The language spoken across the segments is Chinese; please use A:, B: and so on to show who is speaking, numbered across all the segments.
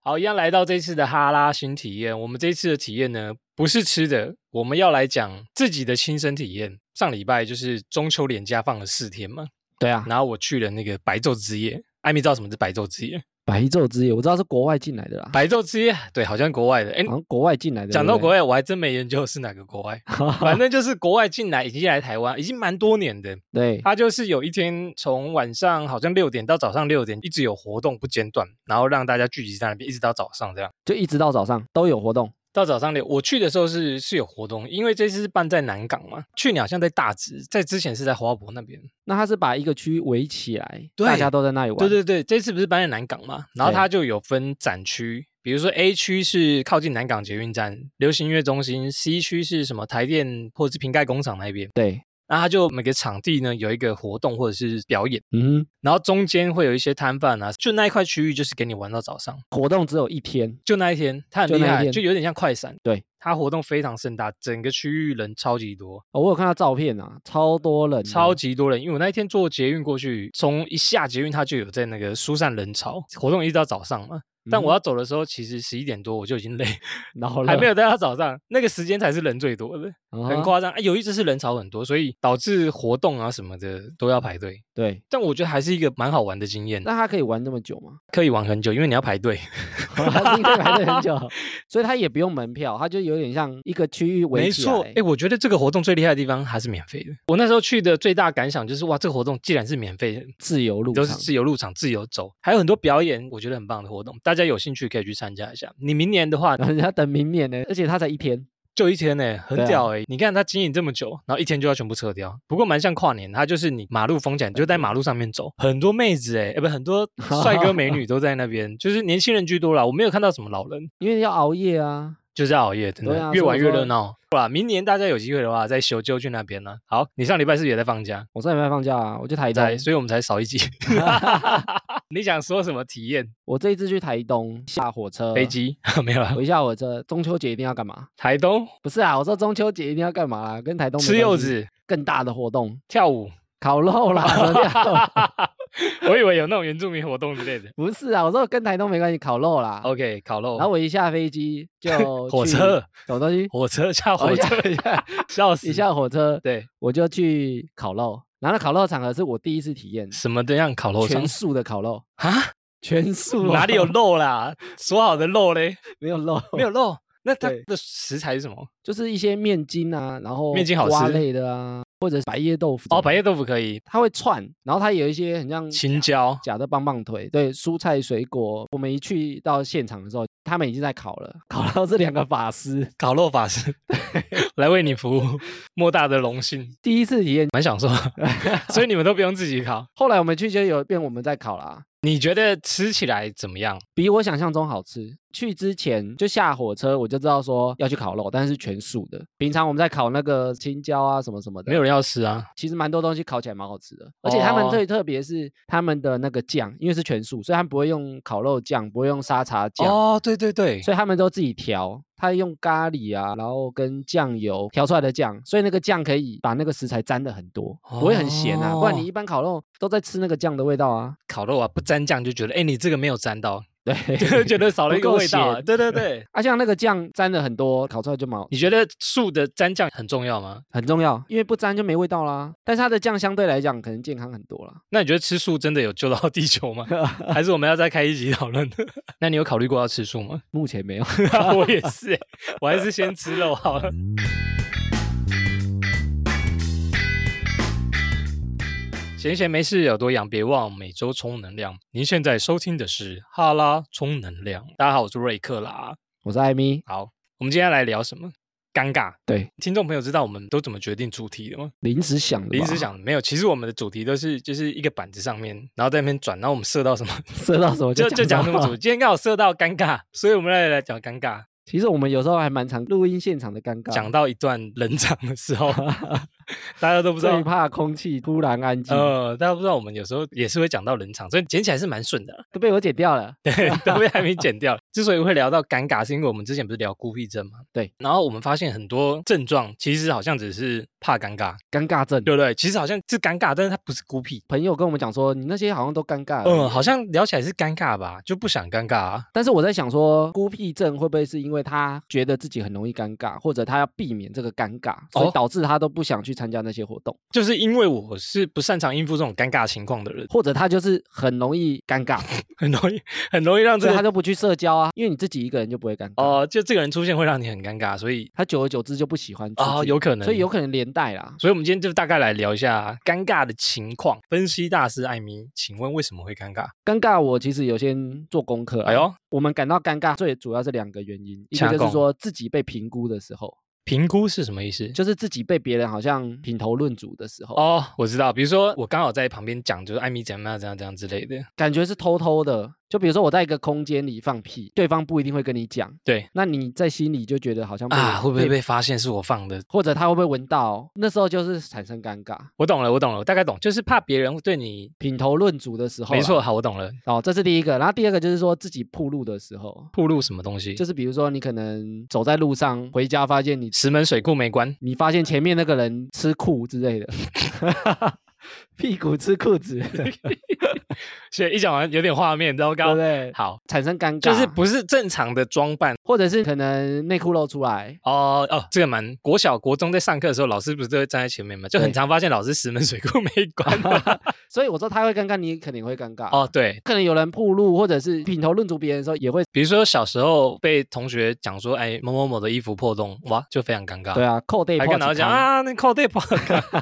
A: 好，一样来到这次的哈拉新体验。我们这次的体验呢，不是吃的，我们要来讲自己的亲身体验。上礼拜就是中秋连假放了四天嘛，
B: 对啊，
A: 然后我去了那个白昼之夜。艾米知道什么是白昼之夜？
B: 白昼之夜，我知道是国外进来的啦，
A: 白昼之夜，对，好像国外的。哎
B: 好，像国外进来的。
A: 讲到国
B: 外，
A: 外，我还真没研究是哪个国 外，反正就是国外进来，已经来台湾，已经蛮多年的。
B: 对，
A: 他就是有一天从晚上好像六点到早上六点，一直有活动不间断，然后让大家聚集在那边，一直到早上这样。
B: 就一直到早上都有活动。
A: 到早上六，我去的时候是是有活动，因为这次是办在南港嘛，去年好像在大直，在之前是在花博那边。
B: 那他是把一个区围起来，
A: 对
B: 大家都在那里玩。
A: 对对对，这次不是搬在南港嘛，然后
B: 对
A: 它就有分展区，比如说 A 区是靠近南港捷运站流行音乐中心，C 区是什么台电或者是瓶盖工厂那边，
B: 对，
A: 那它就每个场地呢有一个活动或者是表演，
B: 嗯
A: 然后中间会有一些摊贩啊，就那一块区域就是给你玩到早上，
B: 哼，活动只有一天，
A: 就那一天，它很
B: 就
A: 厉
B: 那一
A: 害，就
B: 天
A: 有点像快闪，
B: 对，
A: 它活动非常盛大，整个区域人超级多，
B: 哦我有看到照片啊，超多人的，
A: 超级多人，因为我那一天坐捷运过去，从一下捷运它就有在那个疏散人潮，活动一直到早上嘛。
B: 嗯
A: 但我要走的时候，其实十一点多我就已经累，
B: 然后
A: 还没有待到早上，那个时间才是人最多的，
B: 哦
A: 很夸张。啊有一次是人潮很多，所以导致活动啊什么的都要排队。
B: 对，
A: 但我觉得还是一个蛮好玩的经验，
B: 那他可以玩那么久吗？
A: 可以玩很久，因为你要排队。
B: 他应该排队很久，所以他也不用门票，他就有点像一个区域 围
A: 没
B: 起来。
A: 错，哎，我觉得这个活动最厉害的地方还是免费的。我那时候去的最大感想就是，哇，这个活动既然是免费的，
B: 自由路
A: 都是
B: 上
A: 自由入场、自由走，还有很多表演，我觉得很棒的活动，大家有兴趣可以去参加一下。你明年的 话
B: 然后人家等明年呢，而且他才一天，
A: 就一天呢、很
B: 对啊
A: 屌哎、你看他经营这么久，然后一天就要全部撤掉，不过蛮像跨年，他就是你马路封起来，你就在马路上面走，很多妹子哎、欸，不，很多帅哥美 女都在那边，就是年轻人居多啦，我没有看到什么老人。
B: 因为要熬夜啊。
A: 就是要熬夜，真
B: 对
A: 的、
B: 啊
A: 越
B: 所以
A: 玩
B: 我
A: 越热
B: 说
A: 闹。好啦，明年大家有机会的话，再修就去那边呢、好，你上礼拜是不是也在放假？
B: 我上礼拜放假啊，我去台
A: 在，
B: 东，
A: 所以我们才少一 集。 你想说什么体验？
B: 我这一次去台东下火车，
A: 飞机 没有了？
B: 我一下火车，中秋节一定要干嘛？
A: 台东
B: 不是啊，我说中秋节一定要干嘛啦？跟台东没
A: 吃柚
B: 关系，
A: 子、
B: 更大的活动，
A: 跳舞。
B: 烤 肉啦，什么叫
A: 我以为有那种原住民活动之类的。
B: 不是啊，我说跟台东没关系，烤肉啦。
A: OK，烤肉。
B: 然后我一下飞机就
A: 火
B: 去
A: 车
B: 什么东西？
A: 火车下
B: 哦
A: 火
B: 一下
A: 车，
B: 一下
A: 笑死！
B: 一下火车，
A: 对，
B: 我就去烤肉。然后那烤肉场合是我第一次体验，
A: 什么这样烤肉场
B: 全素的烤肉，
A: 啊？
B: 全素哦、
A: 哪里有肉啦？说好的肉嘞？
B: 没有肉？
A: 没有肉。那它
B: 对
A: 的食材是什么？
B: 就是一些面筋啊，然后
A: 面筋好
B: 瓜
A: 吃
B: 类的啊，或者是白叶豆腐
A: 哦，白叶豆腐可以，
B: 它会串，然后它有一些很像
A: 青椒。
B: 假的棒棒腿，对，蔬菜水果。我们一去到现场的时候，他们已经在烤了， 烤到这两个法师
A: 烤肉法师来为你服务，莫大的荣幸，
B: 第一次体验。
A: 蛮享受。所以你们都不用自己烤。
B: 后来我们去就有变我们在烤啦，
A: 你觉得吃起来怎么样？
B: 比我想象中好吃。去之前就下火车，我就知道说要去烤肉，但是全素的。平常我们在烤那个青椒啊什么什么的，
A: 没有人要吃啊。
B: 其实蛮多东西烤起来蛮好吃的，而且他们
A: 哦
B: 最特别是他们的那个酱，因为是全素，所以他们不会用烤肉酱，不会用沙茶酱，
A: 哦，对对对，
B: 所以他们都自己调。他用咖喱啊，然后跟酱油调出来的酱，所以那个酱可以把那个食材沾的很多，不会很咸啊。不然
A: 哦
B: 你一般烤肉都在吃那个酱的味道啊。
A: 烤肉啊，不沾酱就觉得，哎，你这个没有沾到，
B: 对，
A: 就觉得少了一个
B: 不够
A: 味道啊。
B: 咸
A: 对对对，
B: 啊，像那个酱沾的很多，烤出来就蛮好
A: 你觉得素的沾酱很重要吗？
B: 很重要，因为不沾就没味道啦。但是它的酱相对来讲可能健康很多啦。
A: 那你觉得吃素真的有救到地球 吗？还是我们要再开一集讨论？ 那你有考虑过要吃素 吗？
B: 目前没有，
A: 我也是、欸，我还是先吃肉好了。闲闲没事，耳朵痒，别忘每周充能量。您现在收听的是哈拉充能量。大家好，我是瑞克啦。
B: 我是艾米，
A: 好，我们今天来聊什么？尴尬。
B: 对，
A: 听众朋友知道我们都怎么决定主题的吗？
B: 临时想的吧，
A: 临时想的没有，其实我们的主题都是就是一个板子上面，然后在那边转，然后我们射到什么
B: 射到什啊么
A: 就就讲
B: 什
A: 什么主题。今天刚好射到尴尬，所以我们来来讲尴尬。
B: 其实我们有时候还蛮常录音现场的尴尬，
A: 讲到一段冷场的时 候，大家都不知道
B: 最，怕空气突然安静，
A: 呃，大家不知道我们有时候也是会讲到冷场，所以剪起来是蛮顺的啦，
B: 都被我剪掉了。
A: 对，都被还没剪掉。之所以会聊到尴尬，是因为我们之前不是聊孤僻症嘛，
B: 对，
A: 然后我们发现很多症状其实好像只是怕尴尬，
B: 尴尬症。
A: 对不对？其实好像是尴尬，但是他不是孤僻。
B: 朋友跟我们讲说，你那些好像都尴尬
A: 嗯，
B: 了。
A: 好像聊起来是尴尬吧，就不想尴尬啊。
B: 但是我在想说，孤僻症会不会是因为他觉得自己很容易尴尬，或者他要避免这个尴尬，所
A: 哦
B: 以导致他都不想去参加那些活动，
A: 就是因为我是不擅长应付这种尴尬情况的人，
B: 或者他就是很容易尴尬，
A: 很容易很容易让这
B: 所以他
A: 个
B: 就不去社交啊，因为你自己一个人就不会尴尬。
A: 哦、就这个人出现会让你很尴尬，所以
B: 他久而久之就不喜欢出
A: 啊、
B: 去
A: 有可能，
B: 所以有可能连带啦。
A: 所以，我们今天就大概来聊一下尴尬的情况。分析大师艾米，请问为什么会尴尬？
B: 尴尬，我其实有先做功课、
A: 哎呦，，
B: 我们感到尴尬最主要是两个原因，一
A: 掐
B: 个就
A: 供
B: 是说自己被评估的时候，
A: 评估是什么意思？
B: 就是自己被别人好像品头论足的时候，
A: 哦，我知道，比如说我刚好在旁边讲，就是艾米怎么样怎样怎样之类的。
B: 感觉是偷偷的。就比如说我在一个空间里放屁，对方不一定会跟你讲，
A: 对
B: 那你在心里就觉得好像被
A: 啊，会不会被发现是我放的？
B: 或者他会不会闻到？那时候就是产生尴尬，
A: 我懂了，我懂了，我大概懂，就是怕别人会对你。
B: 品头论足的时候。
A: 没错，，好，我懂了。
B: 哦，这是第一个。然后第二个就是说自己铺路的时候，
A: 铺路什么东西？
B: 就是比如说你可能走在路上回家，发现你
A: 石门水库没关。
B: 你发现前面那个人吃裤之类的， 屁股吃裤子， 对
A: 所以一讲完有点画面，然后
B: 不
A: 刚
B: 对？
A: 好，
B: 产生尴尬，
A: 就是不是正常的装扮。
B: 或者是可能内裤露出来，
A: 哦哦，这个蛮国小国中在上课的时候，老师不是都会站在前面嘛，就很
B: 对
A: 常发现老师石门水库没关。
B: 所以我说他会尴尬，你肯定也会尴尬。
A: 哦，对，
B: 可能有人铺路，或者
A: 嗯
B: 是品头论足别人的时候，也会
A: 比如说小时候被同学讲说，哎，某某某的衣服破洞，哇，就非常尴尬。
B: 对
A: 啊，
B: 啊，扣对
A: 还
B: 泡
A: 跟老师讲啊，那扣对破，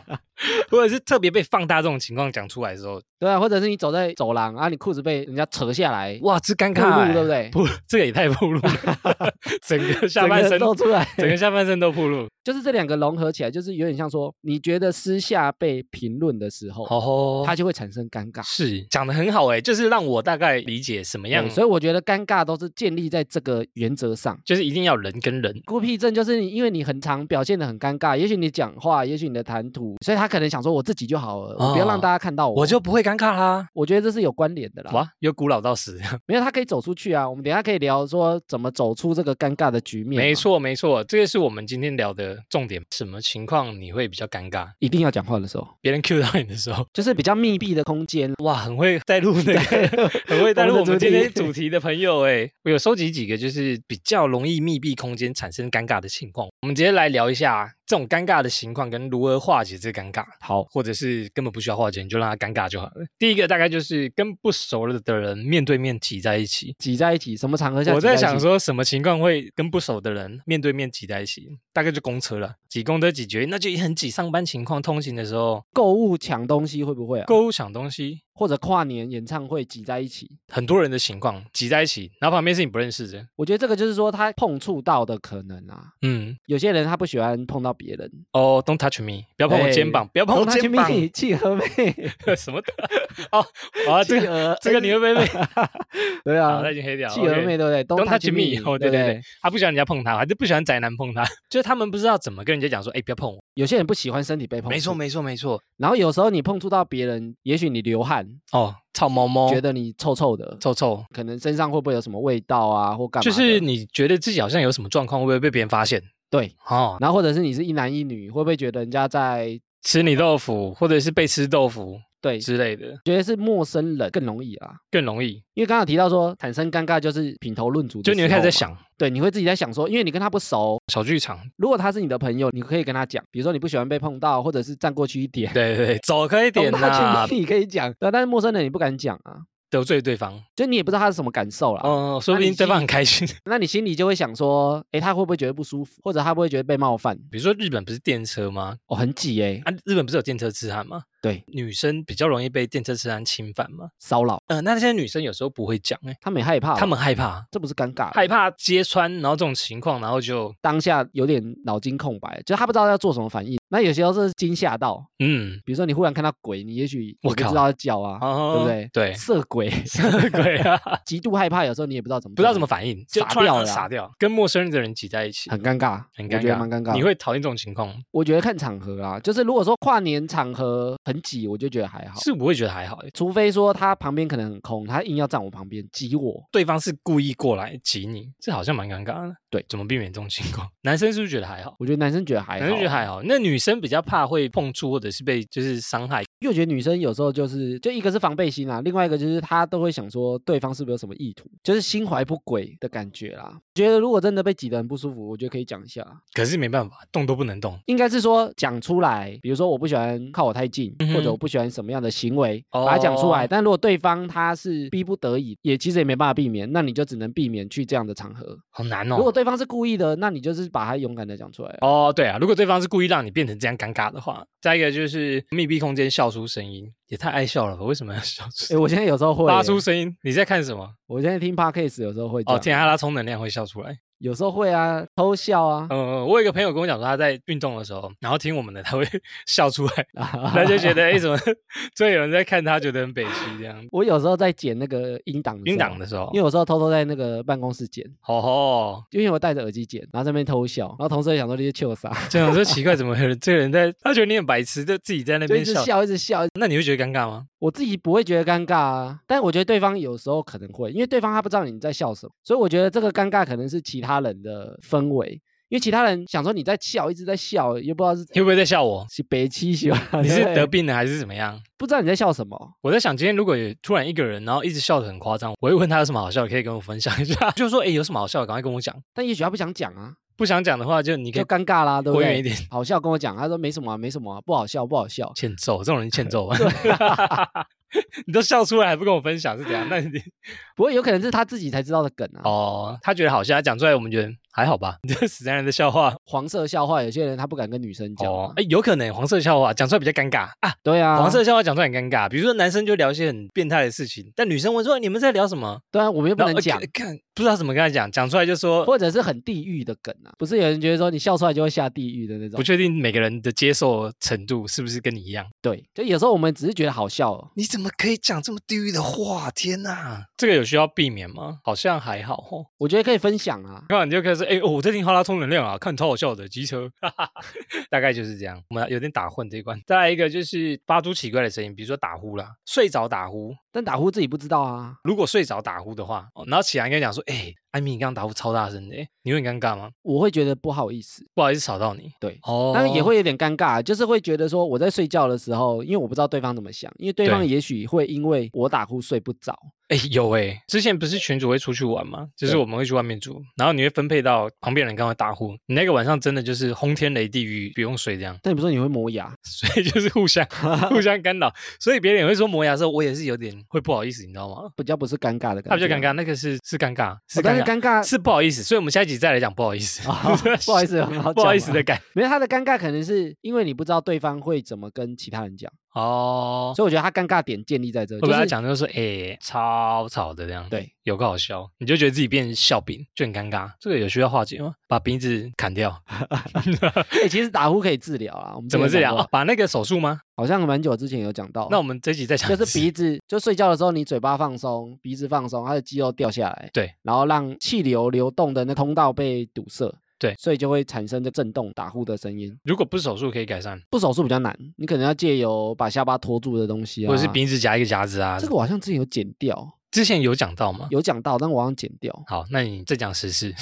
A: 或者是特别被放大这种情况讲出来的时候，
B: 对啊，或者是你走在走廊啊，你裤子被人家扯下来，
A: 哇，这尴
B: 铺
A: 尬、
B: 路
A: 欸，
B: 对不？对？
A: 不，这个也太暴露了， 整个下
B: 整个
A: 半身，
B: 露出来，
A: 整个下半身都暴露。
B: 就是这两个融合起来， 就是有点像说，你觉得私下被评论的时 候，
A: 哦，
B: 它就会产生尴尬。
A: 是讲的很好哎、就是让我大概理解什么样
B: 对，所以我觉得尴尬都是建立在这个原则上。
A: 就是一定要人跟人。
B: 孤僻症就是你，因为你很常表现的很尴尬，也许你讲话，也许你的谈吐，所以他可能想说我自己就好了，我不要
A: 哦
B: 让大家看到我。
A: 我就不会尴尬啦，
B: 我觉得这是有关联的啦。
A: 哦哇，又古老到 死。
B: 没有，他可以走出去啊。我们等一下可以聊说怎么走出这个尴尬的局面。
A: 没，错，没错，这个是我们今天聊的重点。什么情况你会比较尴尬？
B: 一定要讲话的时候，
A: 别人 cue 到你的时候，
B: 就是比较密闭的空间。
A: 哇，很会带入那个，很会带入我
B: 我
A: 们今
B: 们的主题
A: 天主题的朋友 哎。我有收集几个就是比较容易密闭空间产生尴尬的情况，我们直接来聊一下这种尴尬的情况跟如何化解这尴尬。
B: 好，
A: 或者是根本不需要化解，你就让他尴尬就好了。第一个大概就是跟不熟的人面对面挤在一起。
B: 挤在一起，什么场合下？
A: 我在想，说，什么情况会跟不熟的人面对面挤在一起？大概就公车了，挤公车挤绝，那就也很挤。上班情况、通勤的时候，
B: 购物抢东西会不会啊？
A: 购物抢东西，
B: 或者跨年演唱会挤在一起？
A: 很多人的情况挤在一起，然后旁边是你不认识的，
B: 我觉得这个就是说他碰触到的可能啊。
A: 嗯，
B: 有些人他不喜欢碰到别人，
A: 哦、d o n t touch me，不要碰我肩膀，不要碰我
B: 然后他去
A: 肩
B: 密
A: 膀，
B: 你契合妹，
A: 什么的，哦，啊， 这
B: 企
A: 个
B: 鹅
A: 这个你会不会被？
B: 对啊
A: 好，，他已经黑掉了，
B: 契合
A: OK
B: 妹对不对
A: Don't
B: ？Don't touch
A: touch me！
B: me，
A: 哦，对对对，他不喜欢人家碰他，还是不喜欢宅男碰他， 就是他们不知道怎么跟人家讲说，哎，不要碰我。
B: 有些人不喜欢身体被碰，
A: 没错，。没错，没错。
B: 然后有时候你碰触到别人，也许你流汗，
A: 哦，臭猫猫，
B: 觉得你臭臭的，
A: 臭臭，
B: 可能身上会不会有什么味道啊，或干嘛
A: 就
B: 的？
A: 是你觉得自己好像有什么状况，会不会被别人发现？
B: 对。
A: 哦，
B: 然后或者是你是一男一女，会不会觉得人家在
A: 吃你豆腐，或者是被吃豆腐
B: 对？
A: 之类的，
B: 觉得是陌生人更容易啊，
A: 更容易。
B: 因为刚刚有提到说产生尴尬就是品头论足的时
A: 就
B: 候嘛，
A: 你会开始在想
B: 对，你会自己在想说，因为你跟他不熟，
A: 小剧场，
B: 如果他是你的朋友，你可以跟他讲，比如说你不喜欢被碰到，或者是站过去一点，
A: 对对对，走开一 点啊
B: 碰到
A: 呐
B: 去，你可以讲，对啊，但是陌生人你不敢讲啊，
A: 得罪对方。
B: 就你也不知道他是什么感受啦。
A: 哦，说不定对方很开心。
B: 那你心里就会想说，诶，他会不会觉得不舒服，或者他会不会觉得被冒犯？
A: 比如说日本不是电车吗？
B: 哦，很挤诶，
A: 啊，日本不是有电车痴汉吗？
B: 对，
A: 女生比较容易被电车痴汉侵犯吗？
B: 骚扰，
A: 嗯、那些女生有时候不会讲、哎，
B: 他们也害怕吧，
A: 她们害怕，
B: 这不是尴尬，
A: 害怕揭穿，然后这种情况，然后就
B: 当下有点脑筋空白，就是他不知道要做什么反应。那有些时候是惊吓到，
A: 嗯，
B: 比如说你忽然看到鬼，你也许
A: 我
B: 也不
A: 靠
B: 知道要叫啊，对
A: 哦
B: 不对？
A: 对，
B: 色 鬼，
A: 鬼啊，
B: 极度害怕，有时候你也不知道怎么，
A: 不知道怎么，反应，就
B: 傻
A: 突然
B: 掉了啊
A: 傻掉，跟陌生人的人挤在一起，
B: 很尴尬，
A: 很
B: 我
A: 尴
B: 觉得
A: 尬，
B: 蛮尴尬的。
A: 你会讨厌这种情况吗？
B: 我觉得看场合啊，就是如果说跨年场合很很挤，我就觉得还好。
A: 是我也觉得还好欸，
B: 除非说他旁边可能很空，他硬要站我旁边挤我，
A: 对方是故意过来挤你，这好像蛮尴尬的。
B: 对
A: 怎么避免这种情况？ 男生是不是觉得还好？
B: 我觉得男生觉得还好，啊
A: 男生觉得还好，那女生比较怕会碰触或者是被就是伤害。
B: 因为我觉得女生有时候就是，就一个是防备心啦，另外一个就是她都会想说对方是不是有什么意图，就是心怀不轨的感觉啦。觉得如果真的被挤得很不舒服，我觉得可以讲一下，
A: 可是没办法，动都不能动。
B: 应该是说讲出来，比如说我不喜欢靠我太近，或
A: 嗯哼
B: 者我不喜欢什么样的行为，把它讲出来。
A: 哦
B: 但如果对方他是逼不得已，也其实也没办法避免，那你就只能避免去这样的场合。
A: 好难
B: 如果
A: 哦。
B: 对方是故意的，那你就是把他勇敢的讲出来。
A: 哦，对啊，如果对方是故意让你变成这样尴尬的话，再一个就是密闭空间笑出声音，也太爱笑了吧？为什么要笑出
B: 哎，
A: 声音？
B: 我现在有时候会
A: 发
B: 耶，
A: 出声音，你在看什么？
B: 我现在听 podcast 有时候会这
A: 哦，
B: 样，
A: 天啊，他充能量会笑出来。
B: 有时候会啊，偷笑啊，
A: 嗯，我有一个朋友跟我讲说，他在运动的时候，然后听我们的，他会 笑出来，
B: 那
A: 他就觉得哎、诶怎么 最后有人在看他，觉得很北屈这样。
B: 我有时候在剪那个音档，
A: 晕档的，时哦候
B: 因，为有时候偷偷在那个办公室剪，
A: 吼吼，
B: 因为我戴着耳机剪，然后在那边偷笑，然后同事也想说这些糗啥，
A: 这样我说奇怪，怎么会有人这个人在？他觉得你很白痴，就自己在那
B: 就一
A: 边
B: 直
A: 笑。
B: 笑一直笑。
A: 那你会觉得尴尬吗？
B: 我自己不会觉得尴尬啊，但我觉得对方有时候可能会，因为对方他不知道你在笑什么，所以我觉得这个尴尬可能是其他人的氛围，因为其他人想说你在笑，一直在笑，又不知 道是
A: 你会不会在笑我？
B: 是北七喜欢，
A: 你是
B: 对不对
A: 得病了还是怎么样？
B: 不知道你在笑什么，
A: 我在想，今天如果有突然一个人，然后一直笑得很夸张，我会问他有什么好笑的，可以跟我分享一下。 就说哎、诶有什么好笑的，赶快跟我讲。
B: 但也许他不想讲啊，
A: 不想讲的话，就你可
B: 就
A: 以
B: 尴尬啦，对不
A: 滚远一
B: 对？
A: 点，
B: 好笑跟我讲，他说没什么、啊，没什么、啊，不好笑，不好笑。
A: 欠揍，这种人欠揍吧。 你都笑出来还不跟我分享是怎样？ 那你
B: 不过有可能是他自己才知道的梗啊。
A: 哦，他觉得好笑，他讲出来我们觉得还好吧， 这是死男人的笑话
B: 黄色笑话，有些人他不敢跟女生讲啊、
A: 哦，哎，有可能黄色笑话讲出来比较尴尬啊，
B: 对啊，
A: 黄色笑话讲出来很尴尬，比如说男生就聊一些很变态的事情，但女生问说你们在聊什么，
B: 对啊，我们又不
A: 然后
B: 能讲
A: 呃，看不知道怎么跟他讲，讲出来就说
B: 或者是很地狱的梗啊，不是有人觉得说你笑出来就会下地狱的那种
A: 不。确定每个人的接受程度是不是跟你一样。
B: 对，就有时候我们只是觉得好笑、哦，
A: 你怎么可以讲这么地狱的话？天哪，这个有需要避免吗？好像还好哦。
B: 我觉得可以分享啊。
A: 刚好你就开始，哎、哦我在听哈拉充能量啊，看超好笑的机车， 哈哈哈，大概就是这样。我们有点打混这一关。再来一个就是发出奇怪的声音，比如说打呼啦，睡着打呼。
B: 但打呼自己不知道啊，
A: 如果睡着打呼的话，哦、然后起来跟你讲说，哎、艾米，你刚刚打呼超大声的，诶你会很尴尬吗？
B: 我会觉得不好意思。
A: 不好意思吵到你。
B: 对
A: 哦，
B: 但也会有点尴尬，啊就是会觉得说我在睡觉的时候，因为我不知道对方怎么想，因为对方
A: 对
B: 也许会因为我打呼睡不着，
A: 哎、有哎、之前不是群主会出去玩吗？就是
B: 对
A: 我们会去外面住，然后你会分配到旁边人刚刚打呼，你那个晚上真的就是轰天雷地雨，不用睡这样，
B: 但你不说你会磨牙，
A: 所以就是互 相互相干扰，所以别人也会说磨牙的时候，我也是有点会不好意思，你知道吗？
B: 比较不是尴尬的感觉，
A: 他比较尴尬，，那个是是尴尬，是
B: 哦、
A: 尴
B: 但是
A: 尬，
B: 尴尬
A: 是不好意思，所以我们下一集再来讲不好意思，
B: 啊，不好意思，很好
A: 不好
B: 讲啊
A: 意
B: 嘛
A: 思的感
B: 没有他的尴尬，可能是因为你不知道对方会怎么跟其他人讲，
A: 哦。
B: 所以我觉得他尴尬点建立在这，
A: 我
B: 就
A: 跟他
B: 是
A: 讲就是说，哎、超吵的这样，
B: 对，
A: 有个好笑，你就觉得自己变笑柄，就很尴尬。这个有需要化解吗？把鼻子砍掉，
B: 欸其实打呼可以治疗啊，我们之
A: 怎么
B: 前
A: 治
B: 讲
A: 疗、
B: 过
A: 哦？把那个手术吗？
B: 好像蛮久之前有讲到，
A: 那我们这一集再讲一
B: 就
A: 次，
B: 是鼻子，就睡觉的时候你嘴巴放松，鼻子放松，它的肌肉掉下来，
A: 对，
B: 然后让气流流动的那通道被堵塞，
A: 对
B: 所以就会产生这震动打呼的声音。
A: 如果不手术可以改善，
B: 不手术比较难，你可能要借由把下巴托住的东西啊，
A: 或者是鼻子夹一个夹子啊，
B: 这个我好像之前有剪掉，
A: 之前有讲到吗？
B: 有讲到，但我好像剪掉。
A: 好，那你再讲实 事。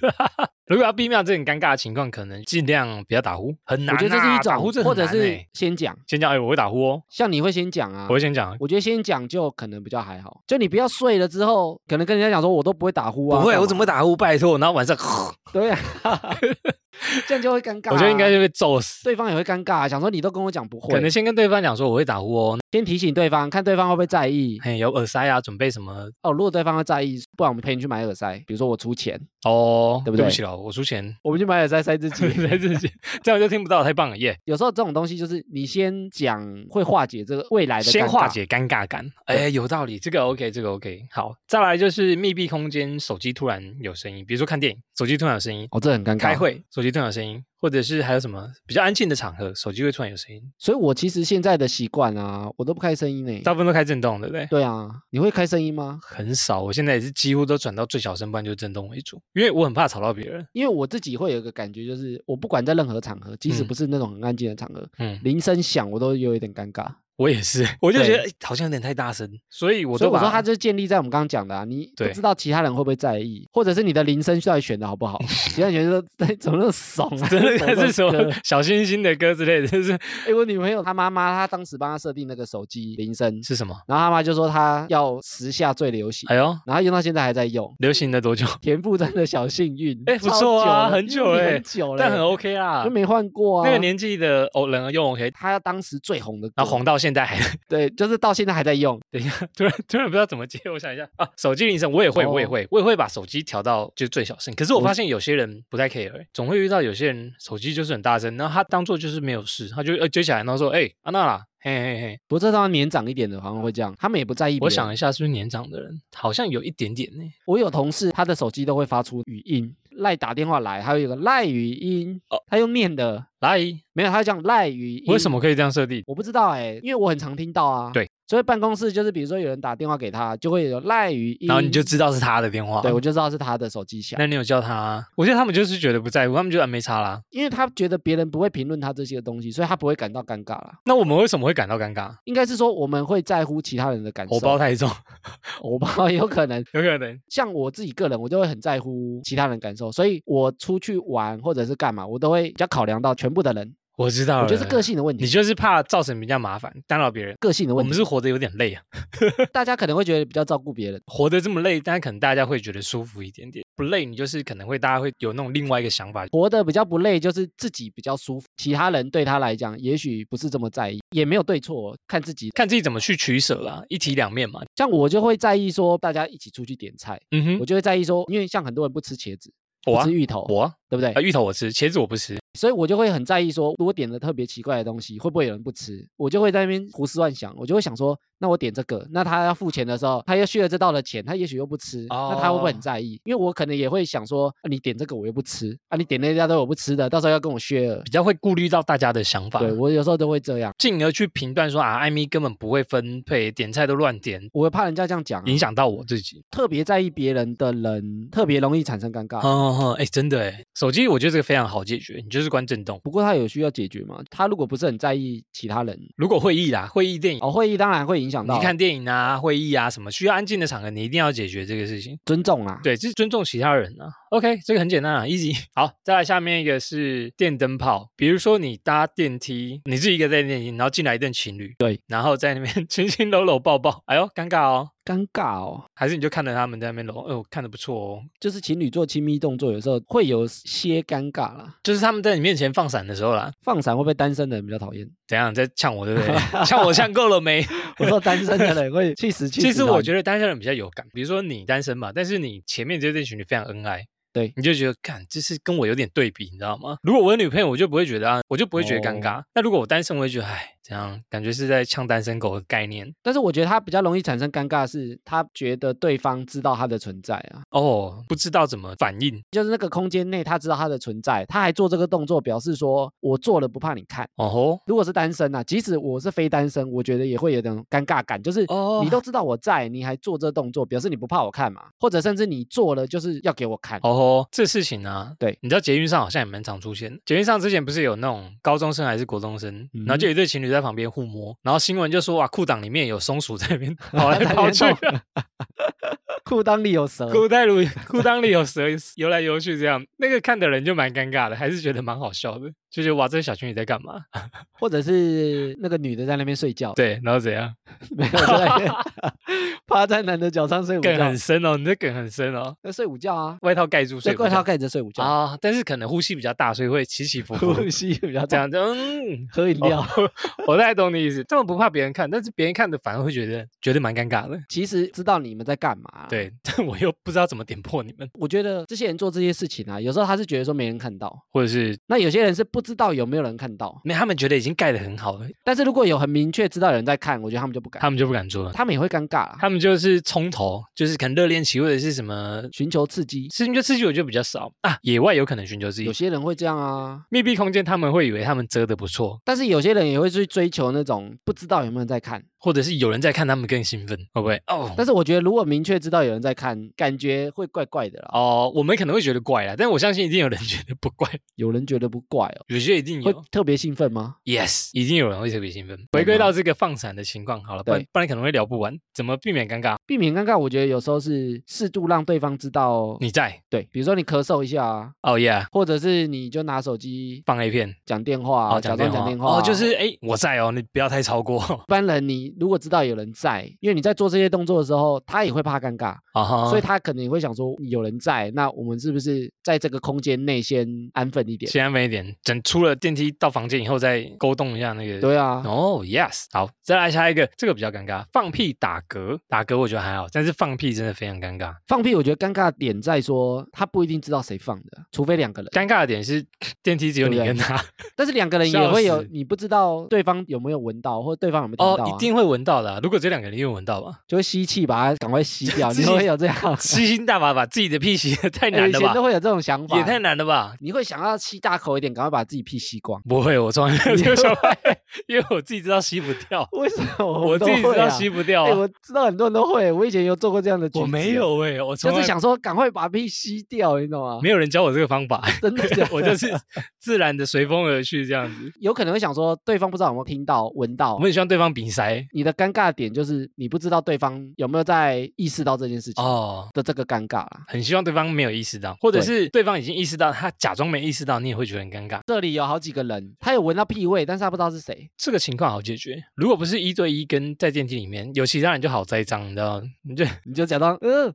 A: 如果要避免这种尴尬的情况，可能尽量不要打呼，很难、
B: 我
A: 啊。
B: 觉得这是一
A: 打呼
B: 种，
A: 真的
B: 或
A: 很
B: 者
A: 难
B: 是
A: 欸
B: 先讲，
A: 先讲，哎、我会打呼哦，
B: 像你会先讲啊
A: 我，会先讲。
B: 我觉得先讲就可能比较还好，就你不要睡了之后，可能跟人家讲说我都不会打呼啊，
A: 不会，
B: 干
A: 我
B: 嘛
A: 怎么会？打呼？拜托，然后 晚上，
B: 对啊，这样就会尴尬啊、
A: 我觉得应该就被揍死。
B: 对方也会尴尬啊、想说你都跟我讲不 会，
A: 可能先跟对方讲说我会打呼哦，
B: 先提醒对方，看对方会不会在意
A: 嘿，有耳塞啊，准备什么
B: 哦。如果对方会在意，不然我们陪你去买耳塞，比如说我出钱，
A: 哦？
B: 对不
A: 对不
B: 对
A: 起了，我出 钱
B: 我们去买耳塞塞自 己。
A: 在自 己，这样就听不到，太棒了耶
B: 有时候这种东西就是你先讲，会化解这个未来的尴
A: 先
B: 尬
A: 化。解尴尬感，哎，有道理，这个 OK，这个 OK。好，再来就是密闭空间，手机突然有声音，比如说看电影，手机突然有声音；
B: 哦，这很尴尬。
A: 开会，手机突然有声音；或者是还有什么比较安静的场合，手机会突然有声音。
B: 所以我其实现在的习惯啊，我都不开声音呢、
A: 大部分都开震动，对不对？
B: 对啊，你会开声音吗？
A: 很少，我现在也是几乎都转到最小声，不然就是震动为主，因为我很怕吵到别人。
B: 因为我自己会有一个感觉，就是我不管在任何场合，即使
A: 嗯
B: 不是那种很安静的场合，
A: 嗯，
B: 铃声响我都有一点尴尬。
A: 我也是， 我就觉得
B: 对
A: 诶好像有点太大声，所以我
B: 所以
A: 都
B: 我说
A: 把
B: 它 就建立在我们刚刚讲的啊，你不
A: 对
B: 知道其他人会不会在意，或者是你的铃声到底选的好 不好，其他人觉得 在怎么那么怂啊，
A: 真 的
B: 这
A: 是什
B: 歌
A: 么小星星的歌之类的， 就是
B: 哎、我女朋友她妈妈，她当时帮她设定那个手机铃声，
A: 是什么？
B: 然后她妈就说她要时下最流行，
A: 哎呦，
B: 然后用到现在还在用。
A: 流行了多久？
B: 田馥甄的小幸运，
A: 哎不
B: 超
A: 错啊
B: 久了
A: 很
B: 因
A: 久
B: 为你
A: 欸
B: 很久了，
A: 但很 OK 啦
B: 就，没换过啊。
A: 那个年啊纪的哦，人儿用 OK，
B: 她当时最红的歌，
A: 然后红到现在还
B: 对，就是到现在还在用。
A: 突然突然不知道怎么接，我想一下啊，手机铃声我也会，
B: 哦
A: 我也会，我也会把手机调到就是最小声。可是我
B: 我
A: 发现有些人不太 care，、欸、总会遇到有些人手机就是很大声，然后他当做就是没有事，他就呃接起来，然后说哎、安娜啦，嘿嘿嘿。
B: 不过这当然年长一点的好像会这样，他们也不在意。
A: 我想，一下，是不是年长的人好像有一点点呢、
B: 我有同事，他的手机都会发出语音，赖打电话来，还有一个赖语音，他用念的，
A: 来，
B: 没有，他讲赖语音。
A: 哦为什么可以这样设定？
B: 我不知道哎、因为我很常听到啊。
A: 对，
B: 所以办公室就是比如说有人打电话给他，就会有赖语音，
A: 然后你就知道是他的电话。
B: 对我就知道是他的手机响，
A: 那你有叫他？我觉得他们就是觉得不在乎，他们觉得啊没差啦。
B: 因为他觉得别人不会评论他这些东西，所以他不会感到尴尬啦。
A: 那我们为什么会感到尴尬？
B: 应该是说我们会在乎其他人的感受，
A: 红包太重，
B: 我 包有可能。
A: 有可能。
B: 像我自己个人，我就会很在乎其他人感受，所以我出去玩或者是干嘛，我都会比较考量到全部的人。
A: 我知道了，
B: 我觉得是个性的问
A: 哦你
B: 题，
A: 就是怕造成人家麻烦，干扰别人。
B: 个性的
A: 我
B: 嗯问
A: 们
B: 题。
A: 是活得有点累啊，
B: 大家可能会觉得比较照顾别人，
A: 活得这么累，但可能大家会觉得舒服一点点。不累，你就是可能会大家会有那种另外一个想法，
B: 活得比较不累，就是自己比较舒服，其他人对他来讲也许不是这么在意，也没有对错，看自己。
A: 看自己怎么去取舍啦，一体两面嘛。
B: 像我就会在意说，大家一起出去点菜，
A: 嗯哼
B: 我，就会在意说，因为像很多人不吃茄子，
A: 我
B: 不
A: 啊
B: 吃，芋头，
A: 我啊，
B: 对不对
A: 啊？芋头我吃，茄子我不吃。
B: 所以我就会很在意说，如果点了特别奇怪的东西，会不会有人不吃？我就会在那边胡思乱想，我就会想说，那我点这个，那他要付钱的时候，他又续了这道的钱，他也许又不吃，那他会不会很
A: 哦
B: 在意？因为我可能也会想说，啊、你点这个我又不吃，啊，你点那家都我不吃的，到时候要跟我 share
A: 比。较会顾虑到大家的想法，
B: 对我有时候都会这样。
A: 进而去评断说啊，艾米根本不会分配，点菜都乱点，
B: 我会怕人家这样讲啊、
A: 影响到我自己。
B: 特别在意别人的人，特别容易产生尴尬。
A: 哦哦，哎，真的哎，手机我觉得这个非常好解决，你就是关震动。
B: 不过他有需要解决吗？他如果不是很在意其他人，
A: 如果会议啦，会议电影。
B: 哦，会议当然会影响到
A: 你看电影啊、会议啊什么需要安静的场合，你一定要解决这个事情。
B: 尊重啊啦。，
A: 对，就是尊重其他人啊。OK，这个很简单啊，easy。好， 再来下面一个是电灯泡，比如说你搭电梯，你自己一个在电梯，然后进来一对情侣，
B: 对，
A: 然后在那边 亲亲搂搂抱抱，哎呦，尴尬哦。
B: 尴尬哦，
A: 还是你就看着他们在那边搂，哦，看的不错哦。
B: 就是情侣做亲密动作，有时候会有些尴尬啦。
A: 就是他们在你面前放闪的时候啦，
B: 放闪会不会单身的人比较讨厌？
A: 怎样你在呛我对不对？呛我呛够了没？
B: 我说单身的人会气死气死。
A: 其实我觉
B: 得，
A: 得单身人比较有感，比如说你单身嘛，但是你前面这对情侣非常恩爱，
B: 对
A: 你就觉得看这是跟我有点对比，你知道吗？如果我有女朋友，我就不会觉得啊，我就不会觉得
B: 哦
A: 尴尬。那如果我单身，我会觉得哎，这样感觉是在呛单身狗的概念
B: 但是我觉得他比较容易产生尴尬的是，他觉得对方知道他的存在啊，
A: 哦，不知道怎么反应
B: 就是那个空间内他知道他的存在，他还做这个动作，表示说我做了不怕你看。
A: 哦吼
B: 如果是单身啊，即使我是非单身，我觉得也会有点尴尬感，就是
A: 哦
B: 你都知道我在，你还做这动作，表示你不怕我看嘛？或者甚至你做了就是要给我看。
A: 哦吼，这事情啊，
B: 对
A: 你知道捷运上好像也蛮常出现的。捷运上之前不是有那种高中生还是国中生，
B: 嗯
A: 然后就有一对情侣在旁边互摸，然后新闻就说哇，裤裆里面有松鼠在那 边跑来跑去
B: 在，那边动 裤裆里有蛇，
A: 裤袋
B: 嗯
A: 里裤裆里有蛇 游来游去，这样那个看的人就蛮尴尬的，还是觉得蛮好笑的，就觉得哇，这小情侣在干嘛？
B: 或者是那个女的在那边睡觉，
A: 对，然后怎样？
B: 没有在那边 趴在男的脚上睡午
A: 梗
B: 觉
A: 很，深哦，你这梗很深哦，
B: 那睡午觉啊，
A: 外套盖住睡
B: 睡
A: 不
B: 外套
A: 着
B: 盖着睡午觉，
A: 啊，但是可能呼吸比较大，所以会起起伏伏。
B: 呼吸比较
A: 这
B: 大，
A: 样就 嗯，
B: 喝饮料。
A: 哦 我大概懂你意思，他们不怕别人看，但是别人看的反而会觉得觉得蛮尴尬的。
B: 其实知道你们在干嘛，，
A: 对， 但我又不知道怎么点破你们，
B: 我觉得这些人做这些事情啊，有时候他是觉得说没人看到，
A: 或者是
B: 那有些人是不知道有没有人看到，
A: 没他们觉得已经盖得很好了，
B: 但是如果有很明确知道有人在看，我觉得他们就不敢，
A: 他们就不敢做了。
B: 他们也会尴尬啦，
A: 他们就是冲头，就是可能热恋期或者是什么
B: 寻求刺激，
A: 寻求刺激，我觉得比较少啊。野外有可能寻求刺
B: 有
A: 激，
B: 些人会这样啊，
A: 密闭空间他们会以为他们遮得不错
B: 但是有些人也会去追求那种不知道有没有人在看，
A: 或者是有人在看，他们更兴奋，会不会？哦
B: 但是我觉得如果明确知道有人在看，感觉会怪怪的啦。
A: 哦，我们可能会觉得怪啦，但我相信一定有人 觉得不怪，
B: 有人觉得不怪哦，
A: 有些一定
B: 会
A: 有。
B: 特别兴奋吗？
A: Yes，一定有人会特别兴奋。回归到这个放闪的情况好了，不然
B: 对
A: 不然可能会聊不完。怎么避免尴尬？
B: 避免尴尬，我觉得有时候是适度让对方知道，
A: 你在？
B: 对，比如说你咳嗽一下啊，
A: 哦、yeah，
B: 或者是你就拿手机
A: 放 A 片，
B: 讲电话啊、
A: 哦，
B: 假
A: 讲电
B: 装讲
A: 话，
B: 电话啊，
A: 哦，就是哎，我在哦，你不要太超过
B: 一般人你如果知道有人在，因为你在做这些动作的时候，他也会怕尴尬，
A: 啊哈。
B: 所以他可能也会想说嗯有人在，那我们是不是在这个空间内先安分一点？
A: 先安分一点，等出了电梯到房间以后再勾动一下那个。
B: 对啊，
A: 哦、y e s 好，再来下一个，这个比较尴尬，放屁打嗝，打嗝我觉得还好，但是放屁真的非常尴尬。
B: 放屁，我觉得尴尬的点在说他不一定知道谁放的，除非两个人，
A: 尴尬的点是电梯只有你
B: 对不对
A: 跟他，
B: 但是两个人也
A: 笑
B: 会有，
A: 死
B: 你不知道对方有没有闻到，或者对方有没有听
A: 哦
B: 到、，
A: 一，定会闻到的啊、如果这两个人一定会闻到 吧，
B: 就会吸气把它赶快吸掉，
A: 自
B: 你
A: 己
B: 会有这样，
A: 吸星大法把自己的屁吸，太
B: 哎
A: 难
B: 以
A: 了
B: 前
A: 吧
B: 都？会有这种想法，
A: 也太难了吧？
B: 你会想要吸大口一点，赶快把自己屁吸光。
A: 不会，我从来没有这个想法， 因为我自己知道吸不掉，
B: 为什么 我
A: 我
B: 们
A: 自己
B: 都
A: 知
B: 会
A: 道
B: 啊
A: 吸不掉
B: 哎、
A: 啊、
B: 我知道很多人都会，我以前有做过这样的举
A: 我没
B: 止欸，
A: 有哎、我从
B: 就
A: 来
B: 是想说赶快把屁吸掉，你懂吗？
A: 没有人教我这个方 法，
B: 真的假的
A: 我就是自然的随风而去这样 子。
B: 有可能会想说对方不知道有没有听到、闻到
A: 我们。很希望对方鼻塞
B: 你的尴尬点就是你不知道对方有没有在意识到这件事情
A: 哦，
B: 的这个尴尬啊啦。
A: 很希望对方没有意识到，或者
B: 对
A: 是对方已经意识到，他假装没意识到，你也会觉得很尴尬。
B: 这里有好几个人，他有闻到屁味，但是他不知道是 谁。
A: 这个情况好解决，如果不是一对一跟在电梯里面，有其他人就好栽赃，你知道吗？ 你就
B: 你就假装嗯，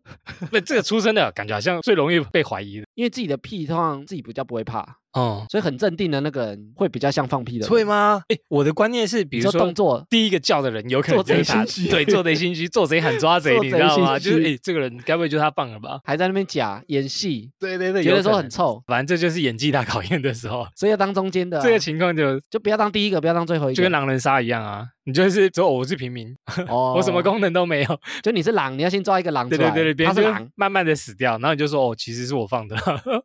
A: 不这个出生的感觉好像最容易被怀疑的。
B: 因为自己的屁通常自己比较不会怕，
A: 哦、
B: 所以很镇定的那个人会比较像放屁的人。
A: 会吗？哎，我的观念是，比
B: 你
A: 如
B: 说
A: 说
B: 动。作
A: 第一个叫的人有可能
B: 做贼
A: 就是他，
B: 心虚
A: 对，做贼心虚，做贼喊 抓贼，
B: 做
A: 你
B: 贼
A: 知道吗？
B: 心
A: 就是
B: 虚
A: 哎，这个人该不会就是他放了吧？
B: 还在那边假演戏，
A: 对对对
B: 觉得说很，臭，
A: 反正这就是演技大考验的时候。
B: 所以要当中间的啊、
A: 这个情况就
B: 就不要当第一个，不要当最后一个。
A: 就跟狼人杀一样啊，你就是说哦我是平民，
B: 哦
A: 我什么功能都没有。
B: 就你是狼，你要先抓一个狼出
A: 对
B: 来
A: 对，对对，别
B: 他
A: 人
B: 是
A: 就
B: 狼，
A: 慢慢的死掉，然后你就说哦，其实是我 放的，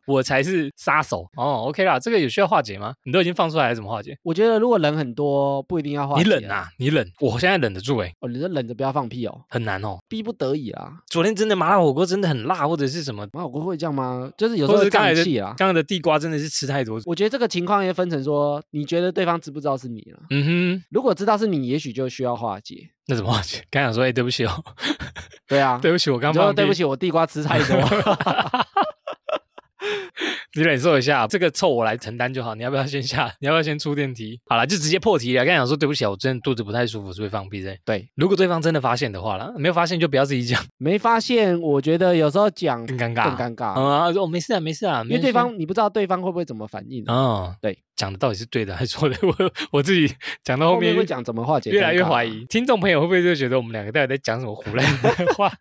A: 我才是杀手。哦，OK 啦，这个有需要化解吗？你都已经放出来了，怎么化解？
B: 我觉得如果人很多，不一定要化
A: 你
B: 解。
A: 忍！啊，你忍，我现在忍得住哎、
B: 哦，你就忍着不要放屁哦，
A: 很难哦。
B: 逼不得已啦。
A: 昨天真的麻辣火锅真的很辣，或者是什么，
B: 麻辣火锅会这样吗？就是有时
A: 或者
B: 候
A: 是刚才
B: 胀
A: 的
B: 气啦。
A: 刚才的地瓜真的是吃太多。
B: 我觉得这个情况也分成说，你觉得对方知不知道是你啊了？
A: 嗯哼，
B: 如果知道是你，也许就需要化解。
A: 那怎么化解？刚想说哎、对不起哦，
B: 对啊，
A: 对不起，我刚
B: 你就说
A: 放
B: 对不
A: 屁，
B: 起，我地瓜吃太 多。
A: 你忍受一下，这个臭我来承担就好。你要不要先下？你要不要先出电梯？好了，就直接破题了。刚才想说对不起啊，我真的肚子不太舒服，是不是放屁的？
B: 对，
A: 如果对方真的发现的话啦，没有发现就不要自己讲，
B: 没发现，我觉得有时候讲
A: 更
B: 更
A: 尴尬。
B: 尴尬，
A: 嗯啊，说哦，没事啊，没事啊，
B: 因为对方你不知道对方会不会怎么反应啊，
A: 哦，
B: 对，
A: 讲的到底是对的还是错的？ 我我自己讲到后
B: 后
A: 面
B: 面会讲怎么化解，啊
A: 越来越怀。疑，听众朋友会不会就觉得我们两个到底在讲什么胡乱的话？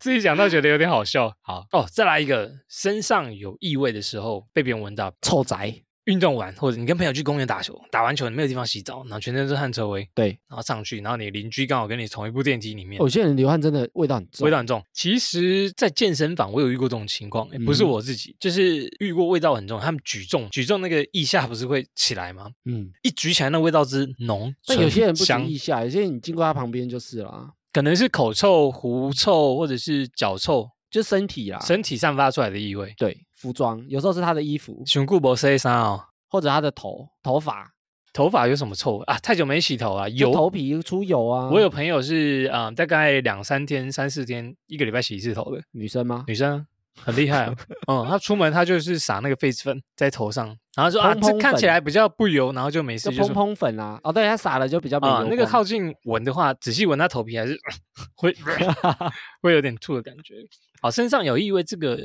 A: 自己讲到觉得有点好笑。好哦，再来一个，身上有异味的时候被别人闻到，
B: 臭宅，
A: 运动完或者你跟朋友去公园打球，打完球你没有地方洗澡，然后全身都是汗臭味，
B: 对，
A: 然后上去，然后你邻居刚好跟你同一部电梯里面，
B: 哦有些人流汗真的味道很
A: 嗯
B: 重，
A: 味道很重。其实，在健身房我有遇过这种情况、欸不是
B: 嗯
A: 我自己，就是遇过味道很重。他们举重，举重那个腋下不是会起来吗？
B: 嗯，
A: 一举起来，那味道之浓，
B: 但有
A: 醇
B: 些人不止
A: 香，
B: 腋下，有些人你经过他旁边就是啦，
A: 可能是口臭、狐臭或者是脚臭，
B: 就身体啦，
A: 身体散发出来的异味。
B: 对服装，有时候是他的衣服
A: 熊顾博 C 三哦，
B: 或者他的头头发，
A: 头发有什么臭味啊？太久没洗头啊，
B: 就
A: 油。
B: 头皮出油啊。
A: 我有朋友是啊、呃大概两三天、三四天，一个礼拜洗一次头的
B: 女生吗？
A: 女生啊，很厉 害啊。嗯，她出门她就是撒那个痱子粉在头上，然后说啊，
B: 蓬
A: 这
B: 蓬
A: 看起
B: 粉
A: 来比较不油，然后就没事，
B: 就
A: 就
B: 蓬
A: 是
B: 蓬粉啊，哦，对，他撒了就比较没
A: 啊
B: 油，
A: 那个
B: 光
A: 靠近闻的话，仔细闻她头皮还 是会会有点吐的感觉。好，身上有异味，这个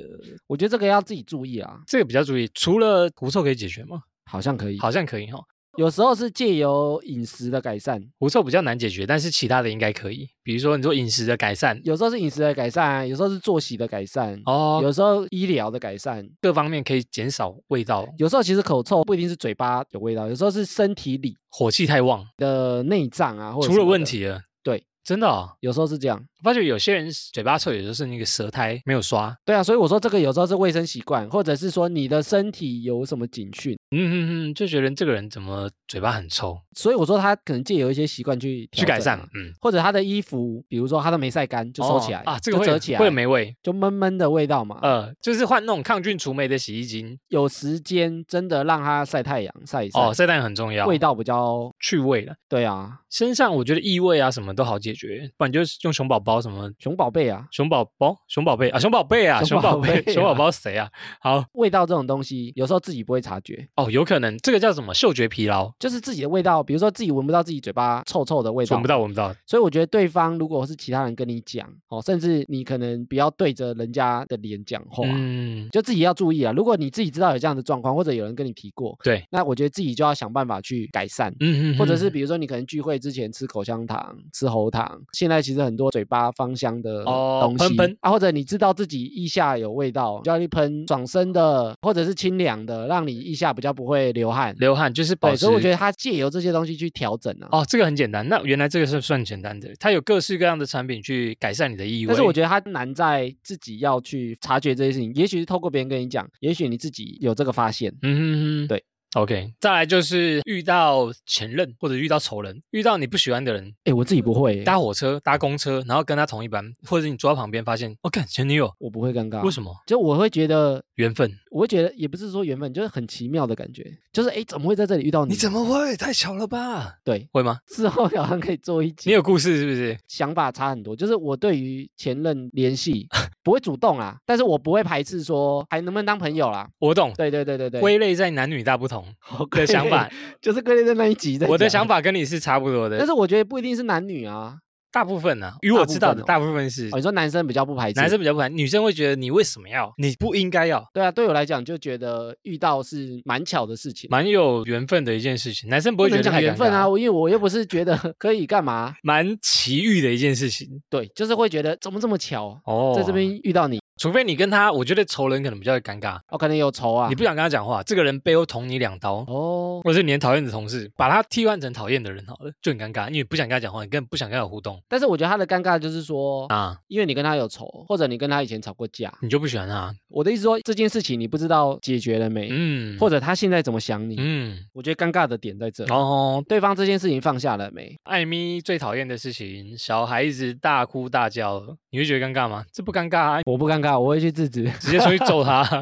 B: 我觉得这个要自己注意啊，
A: 这个比较注意。除了狐臭可以解决吗？
B: 好像可以，
A: 好像可以哈，
B: 有时候是借由饮食的改善，
A: 狐臭比较难解决，但是其他的应该可以。比如说你说饮食的改善
B: 有时候是饮食的改善，有时候是作息的改善，
A: 哦，
B: 有时候医疗的改善，
A: 各方面可以减少味道，
B: 有时候其实口臭不一定是嘴巴有味道，有时候是身体里
A: 火气太旺
B: 的内脏啊，或者
A: 出了
B: 什么
A: 问
B: 的，
A: 题了。
B: 对，
A: 真的哦。
B: 有时候是这样。
A: 我发觉有些人嘴巴臭，有时候是那个舌苔没有刷。
B: 对啊，所以我说这个有时候是卫生习惯，或者是说你的身体有什么警讯，
A: 嗯嗯嗯，就觉得这个人怎么嘴巴很臭，
B: 所以我说他可能借由一些习惯去
A: 去
B: 调
A: 改
B: 整
A: 善
B: 啊。。
A: 嗯，
B: 或者他的衣服，比如说他都没晒干就收起来、
A: 哦啊，这个
B: 就
A: 会
B: 折起来，啊
A: 会霉味。
B: 就闷闷的味道嘛。
A: 呃，就是换那种抗菌除霉的洗衣精
B: 有时间真的让它晒太阳晒一晒，
A: 哦，这当然很重要，
B: 味道比较
A: 去味了。
B: 对啊，
A: 身上我觉得异味啊什么都好解决，不然你就是用熊宝宝什么
B: 熊宝贝啊，
A: 熊宝宝、熊宝贝啊、熊宝贝啊、
B: 熊
A: 熊
B: 宝
A: 宝
B: 贝啊
A: 贝、熊宝宝谁啊？好
B: 味道这种东西有时候自己不会察觉，
A: 哦，有可能这个叫什么嗅觉疲劳，
B: 就是自己的味道，比如说自己闻不到自己嘴巴臭臭的味道，
A: 闻不到，闻不到。
B: 所以我觉得对方如果是其他人跟你讲哦，甚至你可能不要对着人家的脸讲话。
A: 嗯，
B: 就自己要注意啊！如果你自己知道有这样的状况，或者有人跟你提过，
A: 对，
B: 那我觉得自己就要想办法去改善。
A: 嗯嗯，
B: 或者是
A: 嗯
B: 比如说你可能聚会之前吃口香糖、吃喉糖，现在其实很多嘴巴芳香的
A: 哦
B: 东西、
A: 喷喷
B: 啊，或者你知道自己腋下有味道，就要去喷爽身的，或者是清凉的，让你腋下比较不会流汗。
A: 流汗就是保
B: 对，
A: 持。
B: 所以我觉
A: 得
B: 得它借由这些东西去调整啊。
A: 哦，这个很简单。那原来这个是算简单的，它有各式各样的产品去改善你的异味。
B: 但是我觉得它难在自己要去察觉这些事情，也许是透过别人跟你讲，也许你自己有这个发现。
A: 嗯哼哼，
B: 对。
A: OK，再来就是遇到前任或者遇到仇人，遇到你不喜欢的人，
B: 哎，我自己不会欸、
A: 搭火车、搭公车，然后跟他同一班，或者你坐在旁边发现，哦，看前女友，
B: 我不会尴尬。
A: 为
B: 么？
A: 什么？
B: 就我会觉得，
A: 缘分？
B: 我会觉得也不是说缘分，就是很奇妙的感觉，就是哎，诶怎么会在这里遇到你？
A: 你怎么会？太巧了吧？
B: 对？
A: 会吗？
B: 之后好像可以做一集。
A: 你有故事是不是？
B: 想法差很多，就是我对于前任 联系不会主动啊，但是我不会排斥说还能不能当朋友啦。
A: 我懂，
B: 对对对对对，
A: 归类在男女大不同
B: 好归
A: 的
B: 类
A: 想法，
B: 就是归类在那一集在
A: 我的
B: 讲
A: 想，法跟你是差不多
B: 但
A: 的。
B: 是我觉得不一定是男女啊。
A: 大部分呢，与
B: 大
A: 我
B: 部
A: 知道
B: 分
A: 的
B: 哦
A: 大部分是
B: 哦，你说男生比较不排斥，
A: 男生比较不烦，女生会觉得你为什么要？你不应该要，
B: 对啊，对我来讲就觉得遇到是蛮巧的事情，
A: 蛮有缘分的一件事情。男生不
B: 不
A: 会觉
B: 能
A: 得
B: 讲
A: 太
B: 缘
A: 尴
B: 分
A: 尬
B: 啊，，我因为我又不是觉得可以干嘛，
A: 蛮奇遇的一件事情
B: 对，就是会觉得怎么这么巧，
A: 哦。
B: 在这，边遇到你，
A: 除非你跟他，我觉得仇人可能比较会尴尬，
B: 哦，可能有仇啊，
A: 你不想跟他讲话，这个人背后捅你两刀。
B: 哦，
A: 或者是你很讨厌的同事，把他替换成讨厌的人好了，就很尴尬，因为你不想跟他讲话，你根本不想跟他有互动
B: 但是我觉得他的尴尬就是说，
A: 啊，
B: 因为你跟他有仇，或者你跟他以前吵过架，
A: 你就不喜欢他，
B: 我的意思说，这件事情你不知道解决了没，
A: 嗯，
B: 或者他现在怎么想你。
A: 嗯，
B: 我觉得尴尬的点在这，
A: 哦，
B: 对方这件事情放下了没？
A: 艾米最讨厌的事情，小孩子大哭大叫，你会觉得尴尬吗？这不尴尬啊，
B: 我不尴尬，我会去制止，
A: 直接出去揍他，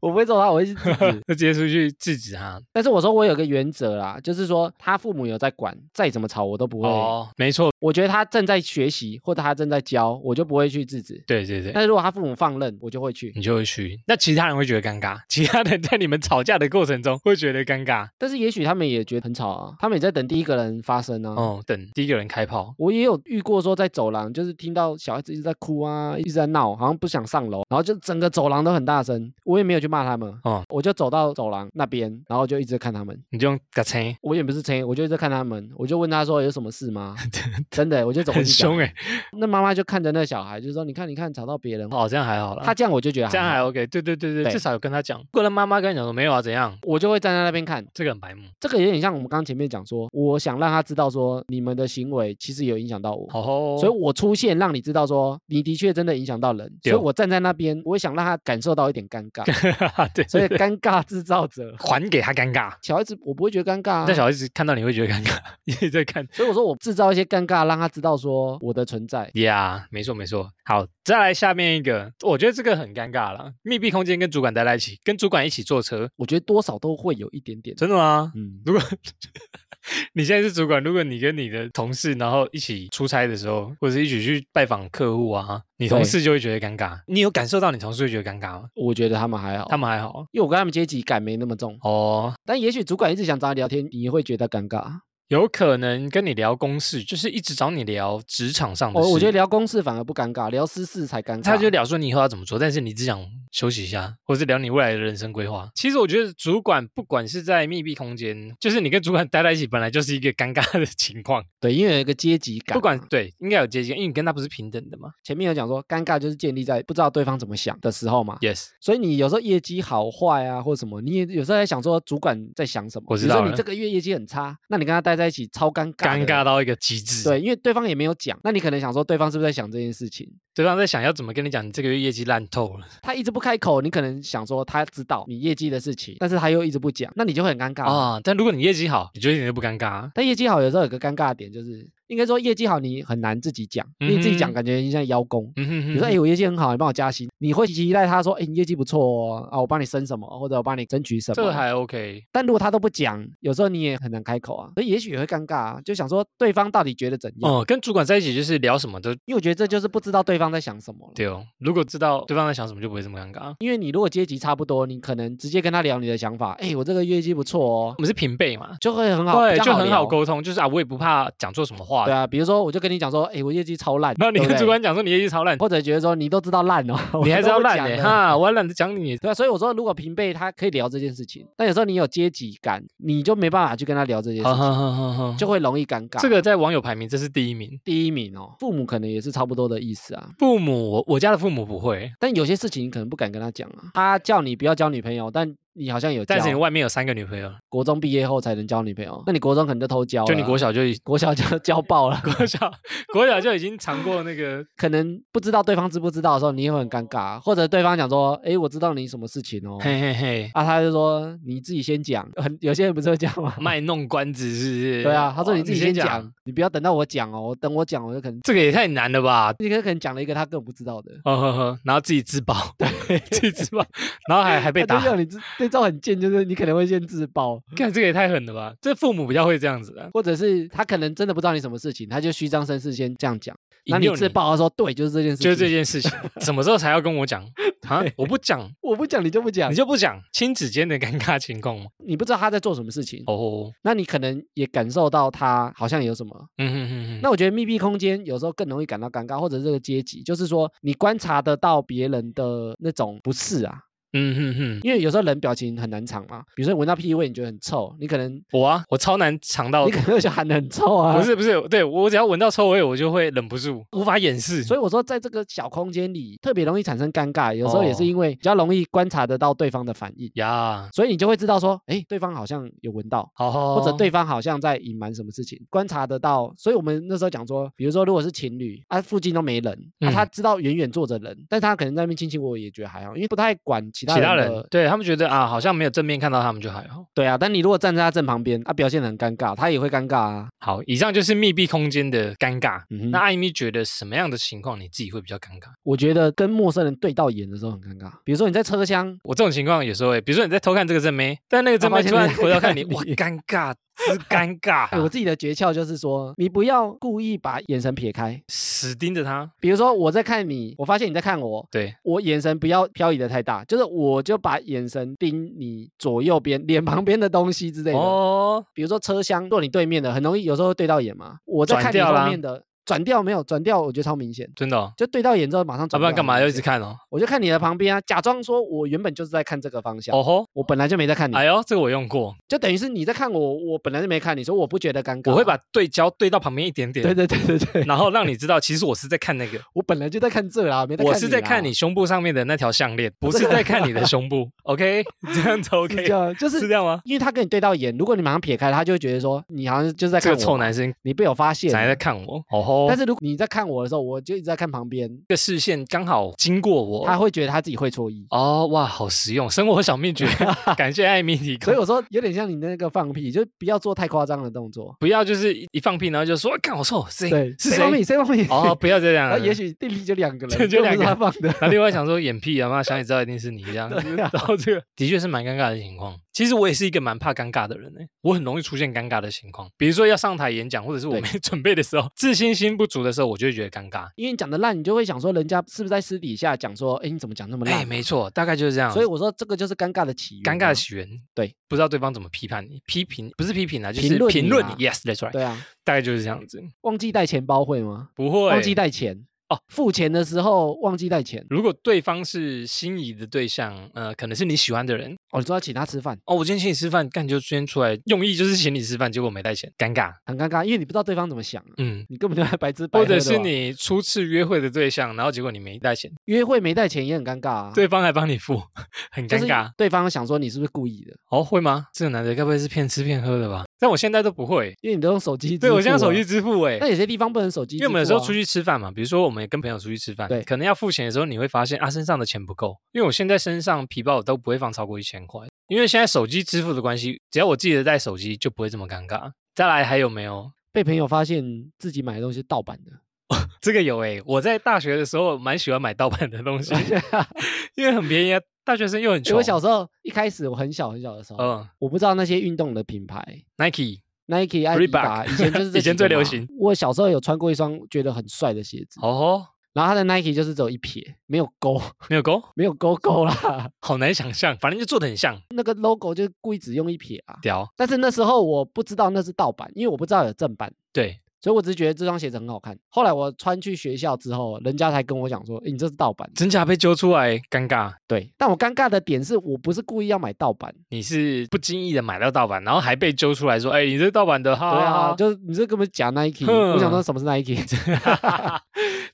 B: 我不会揍他，我会去制止。
A: 就直接出去制止他。
B: 但是我说我有个原则啦，就是说他父母有在管，再怎么吵我都不会。
A: 哦，没错，
B: 我觉得他正在学习或者他正在教，我就不会去制止。
A: 对对对，
B: 但是如果他父母放任，我就会去。
A: 你就会去。那其他人会觉得尴尬，其他人在你们吵架的过程中会觉得尴尬。
B: 但是也许他们也觉得很吵啊，他们也在等第一个人发声啊。
A: 哦，等第一个人开炮，
B: 我也有遇过说在走廊，就是听到小孩子一直在哭啊，一直在闹，好像不想上楼，然后就整个走廊都很大声，我也没有去骂他们，
A: 哦
B: 我就走到走廊那边，然后就一直在看他们，
A: 你就用嘎嚓，
B: 我也不是催，我就一直在看他们，我就问他说有什么事 吗？真的，我就走过
A: 很
B: 去讲
A: 凶，哎、
B: 那妈妈就看着那小孩，就说你看你看吵到别人，
A: 哦，这样还好啦。
B: 他这样我就觉得
A: 这样还
B: 好，
A: OK，对对对对，
B: 对
A: 至少有跟他讲。过了妈妈跟你讲说没有啊，怎样？
B: 我就会站在那边看，
A: 这个很白目。
B: 这个有点像我们刚前面讲说，我想让他知道说你们的行为其实有影响到我，
A: 好、哦，
B: 所以我出现让你知道说你的确真的影响到人，所
A: 对
B: 以
A: 哦
B: 我站在那边，我也想让他感受到一点尴 尬，
A: 对，
B: 所以
A: 对对
B: 尴尬制造者。
A: 还给他尴尬。
B: 小孩子我不会觉得尴尬、啊，
A: 但小孩子看到你会觉得尴尬，因为在看
B: 所以我说我制造一些尴尬，让他知道说我的存在。
A: 呀没错没错。好，再来下面一个，我觉得这个很尴尬了。密闭空间跟主管待在一起，跟主管一起坐车，
B: 我觉得多少都会有一点点，
A: 真的吗？
B: 嗯，
A: 如果 你现在是主管，如果你跟你的同事，然后一起出差的时候，或者是一起去拜访客户啊，你同事就会觉得尴尬。你有感受到你同事会觉得尴尬吗？
B: 我觉得他们还好，
A: 他们还好
B: 因为我跟他们阶级感没那么重，
A: 哦，
B: 但也许主管一直想找你聊天，你也会觉得尴尬。
A: 有可能跟你聊公事，就是一直找你聊职场上的
B: 哦我、
A: 事。
B: 我觉得聊公事反而不尴尬，聊私事才尴尬。
A: 嗯他就聊说你以后要怎么做，但是你只想休息一下，或是聊你未来的人生规划。其实我觉得主管不管是在密闭空间，就是你跟主管待在一起，本来就是一个尴尬的 情况。
B: 对，因为有一个阶级感
A: 不
B: 嘛，
A: 管对，应该有接近，因为你跟他不是平等的嘛。
B: 前面有讲说，尴尬就是建立在不知道对方怎么想的时候嘛。
A: Yes，
B: 所以你有时候业绩好坏啊，或什么，你也有时候在想说主管在想什么。
A: 我
B: 比
A: 知
B: 如
A: 道
B: 说你
A: 了
B: 这个月业绩很差，那你跟他待在一起，超尴尬
A: 尴
B: 的，
A: 尬到一个极致。
B: 对，因为对方也没有讲，那你可能想说对方是不是在想这件事情？
A: 对方在想要怎么跟你讲，你这个月业绩烂透了。
B: 他一直不开口，你可能想说他知道你业绩的事情，但是他又一直不讲，那你就会很尴尬啊。
A: 啊、但如果你业绩好，你就一点都不尴尬啊。
B: 但业绩好有时候有个尴尬的点就是，应该说业绩好你很难自己讲，因为自
A: 嗯
B: 己
A: 哼
B: 讲感觉像邀功。
A: 嗯哼哼
B: 比如说，哎、我业绩很好，你帮我加薪，你会期待他说，哎、你业绩不错哦，啊，我帮你升什么，或者我帮你争取什么。
A: 这个还 OK。
B: 但如果他都不讲，有时候你也很难开口啊，所以也许也会尴尬啊，就想说对方到底觉得怎样？
A: 哦，跟主管在一起就是聊什么都
B: 因为我觉得这就是不知道对方在想什么了。
A: 对哦。如果知道对方在想什么，就不会这么尴尬。啊
B: 因为你如果阶级差不多，你可能直接跟他聊你的想法，哎、我这个业绩不错哦
A: 我，们是平辈嘛，
B: 就会很好，
A: 对，
B: 比较
A: 就很好
B: 聊。
A: 沟通。就是啊，我也不怕讲错什么话
B: 对。啊，比如说我就跟你讲说，哎、我业绩超烂，
A: 那你
B: 对不
A: 跟
B: 对
A: 主管讲说你业绩超 烂，
B: 或者觉得说你都知道烂哦，我
A: 你还知
B: 都
A: 道
B: 不
A: 烂
B: 讲
A: 呢？
B: 的
A: 哈，我还懒得讲你。
B: 对啊，所以我说，如果平辈他可以聊这件事情，但有时候你有阶级感，你就没办法去跟他聊这件事
A: 好
B: 情，
A: 好好好好，
B: 就会容易尴尬。
A: 啊这个在网友排名这是第一名。
B: 第一名哦，父母可能也是差不多的意思啊，
A: 父母，我我家的父母不会，
B: 但有些事情你可能不敢跟他讲啊。他叫你不要交女朋友，但你好像有交
A: 但，是你外面有三个女朋友，
B: 国中毕业后才能交女朋友，那你国中可能就偷交了啊，
A: 就你国小就已，
B: 国小就交爆了
A: 国小国小就已经尝过那 个
B: 可能不知道对方知不知道的时候，你也会很尴尬啊，或者对方讲说，哎，我知道你什么事情哦。
A: 嘿嘿嘿，
B: 啊，他就说你自己先讲，很有些人不是会这样吗？
A: 卖弄关子是不是？
B: 对啊，他说
A: 哇
B: 你自己先讲，，你不要等到我讲哦，我等我讲我就可能
A: 这个也太难了吧？
B: 你可可能讲了一个他根本不知道的，
A: 呵呵呵，然后自己自 爆，对， 自己自爆，然后还还被
B: 他
A: 打
B: 就，让你自那招很贱，就是你可能会先自爆，
A: 看这个也太狠了吧？这父母比较会这样子啊的，
B: 或者是他可能真的不知道你什么事情，他就虚张声势先这样讲，那
A: 引
B: 你
A: 诱
B: 自爆的时候，对，就是这件事情，
A: 就是这件事 情，什么时候才要跟我讲啊？我不讲，
B: 我不讲你就不讲，
A: 你
B: 你
A: 就不讲，亲子间的尴尬情 况吗？
B: 不知道他在做什么事情，
A: 哦，
B: 那你可能也感受到他好像有什么。
A: 嗯哼哼哼，
B: 那我觉得密闭空间有时候更容易感到尴尬，或者这个阶级，就是说你观察得到别人的那种不适啊，
A: 嗯哼哼，
B: 因为有时候人表情很难藏嘛，比如说你闻到屁味，你觉得很臭，你可能
A: 我啊，我超难尝到
B: 你。可能就喊得很臭啊。
A: 不，是不是，对我只要闻到臭味，我就会忍不住，无法掩饰。
B: 所以我说在这个小空间里特别容易产生尴尬，有时候也
A: 哦
B: 是因为比较容易观察得到对方的反应，
A: 呀，
B: 所以你就会知道说，哎，对方好像有闻到。
A: 好好，
B: 或者对方好像在隐瞒什么事情，观察得到，所以我们那时候讲说，比如说如果是情侣啊，附近都没人，啊、
A: 嗯
B: 他知道远远坐着人，但他可能在那边亲亲我，我也觉得还好，因为不太管其他
A: 其他
B: 人
A: 人
B: 的
A: 对他们觉得啊，好像没有正面看到他们就还好。
B: 对啊，但你如果站在他正旁边，啊，表现得很尴尬，他也会尴尬啊。
A: 好，以上就是密闭空间的尴尬。
B: 嗯哼
A: 那艾米觉得什么样的情况你自己会比较尴尬？
B: 我觉得跟陌生人对到眼的时候很尴尬，比如说你在车厢，
A: 我这种情况有时候会，比如说你在偷看这个正妹，但那个正
B: 她
A: 妹
B: 发
A: 突
B: 现
A: 然
B: 你在
A: 回头 看你，
B: 看你
A: 哇，尴尬之尴尬
B: 哎我
A: 啊，
B: 自己的诀窍就是说，你不要故意把眼神撇开。
A: 死盯着她。
B: 比如说我在看你，我发现你在看我，
A: 对，
B: 我眼神不要漂移的太大，就是我就把眼神盯你左右边、脸旁边的东西之类的。
A: 哦，
B: 比如说车厢坐你对面的，很容易有时候会对到眼嘛。我在
A: 转
B: 看你
A: 掉啦
B: 后面的，转掉没有？转掉我觉得超明显，
A: 真的、哦，
B: 就对到眼之后马上
A: 要、
B: 转
A: 不
B: 掉。
A: 然干嘛
B: 很
A: 要一
B: 明
A: 直
B: 显？
A: 看哦？
B: 我就看你的旁边啊，假装说我原本就是在看这个方向，
A: 哦吼，
B: 我本来就没在看你，
A: 哎呦，这个我用过，
B: 就等于是你在看我，我本来就没看你，所以我不觉得尴尬。
A: 我会把对焦对到旁边一点
B: 对
A: 点，
B: 对对对对，
A: 然后让你知道其实我是在看那个，
B: 我本来 就在看这啦，没在看
A: 我
B: 啦
A: 是在看你，胸部上面的那条项链，不是在看你的胸部。OK，这 样子 OK，
B: 是这样，就是
A: 是这样吗？
B: 因为他跟你对到眼，如果你马上撇开，他就会觉得说你好像就是在
A: 这
B: 看
A: 个
B: 我
A: 臭
B: 嘛
A: 男生
B: 你被我发现
A: 才在
B: 了。
A: 看我，哦吼！
B: 但
A: 是
B: 是如果你在看我的时候，我就一直在看旁边，
A: 这个视线刚好经过
B: 他
A: 我，
B: 会觉得他自己会错 意。
A: 哦哇，好实用，生活小秘 诀，感谢艾米提
B: 所
A: 供。
B: 以我说有点像你那个放屁，就不要做太夸张的动作。
A: 不要就是一一放屁，然后就说看我臭，谁
B: 对，
A: 是
B: 谁放
A: 谁？
B: 屁？谁放屁？
A: 哦，，不要这样
B: 然后
A: 了。
B: 也许地里就两个 人，
A: 就两个
B: 不是他放的。
A: 然后另外想说眼屁啊妈，想也知道一定是你这样。
B: 对 啊
A: 然后这个的确是蛮尴尬的情况。其实我也是一个蛮怕尴尬的人呢、欸我很容易出现尴尬的情况，比如说要上台演讲，或者是我
B: 对
A: 没准备的时候，自信心不足的时候，我就会觉得尴尬。
B: 因为你讲的烂，你就会想说人家是不是在私底下讲说，哎，你怎么讲那么
A: 哎，
B: 烂？
A: 没。错，大概就是这样。
B: 所以我说这个就是尴尬的起源。啊
A: 尴尬的。起源，
B: 对，
A: 不知道对方怎么批判你，批评不是批评啊，就是
B: 评论你
A: 评论
B: 啊
A: 你。Yes，that's right，
B: 对啊，
A: 大概就是这样子。
B: 忘记带钱包会吗？
A: 不会，
B: 忘记带钱，
A: 哦，
B: 付钱的时候忘记带钱
A: 如果对方是心仪的对象，呃，可能是你喜欢的人
B: 哦，你说要请他吃饭，
A: 哦，我今天请你吃饭，干你就先出来，用意就是请你吃饭，结果没带钱，尴尬。
B: 很尴尬，因为你不知道对方怎么想啊、
A: 嗯，
B: 你根本就在白吃白
A: 或
B: 喝的
A: 者
B: 吧
A: 是你初次约会的对象，然后结果你没带钱，
B: 约会没带钱也很尴尬啊，，
A: 对方还帮你付， 很
B: 就
A: 尴
B: 是
A: 尬。
B: 对方想说你是不是故意的，
A: 哦，会吗？这个男的该不会是骗吃骗喝的吧？但我现在都不会，
B: 因为你都用手机、啊
A: 对我现在手机，支付哎、
B: 但有些地方不能手机、啊
A: 因为我们有时候出，去吃饭嘛，比如说我们跟朋友出去吃饭
B: 对，
A: 可能要付钱的时候，你会发现啊身上的钱不够，因为我现在身上皮包都不会放超过一千块，因为现在手机支付的关系，只要我记得带手机就不会这么尴尬。再来还有没有？
B: 被朋友发现自己买的东西是盗版的，
A: 这个有哎、我在大学的时候蛮喜欢买盗版的东 西，因为很便宜啊，大学生又很
B: 因为
A: 穷。
B: 我小时候一开始我很小很小的时候，
A: 嗯
B: 我不知道那些运动的品牌。
A: ，Nike
B: Nike、艾迪达
A: Reebok
B: 以 前就是这
A: 以前
B: 几个
A: 最流
B: 嘛
A: 行。
B: 我小时候有穿过一双觉得很帅的鞋子，
A: 哦吼，
B: 然后它的 Nike 就是只有一撇，没有勾，
A: 没有勾，
B: 没有勾勾 啦。
A: 好难想象，反正就做的很像，
B: 那个 logo 就是故意只用一撇啊。
A: 屌，
B: 但是那时候我不知道那是盗版，因为我不知道有正版，
A: 对，
B: 所以我只是觉得这双鞋子很好看。后来我穿去学校之后，人家才跟我讲说：“诶你这是盗版。
A: 真假被揪出来，尴尬。”
B: 对，但我尴尬的点是我不是故意要买盗版，
A: 你是不经意的买到盗版，然后还被揪出来说，哎、你这盗版的，哈
B: 对啊，
A: 哈哈，
B: 就是你这根本假 Nike，我想
A: 哼
B: 说什么是 Nike，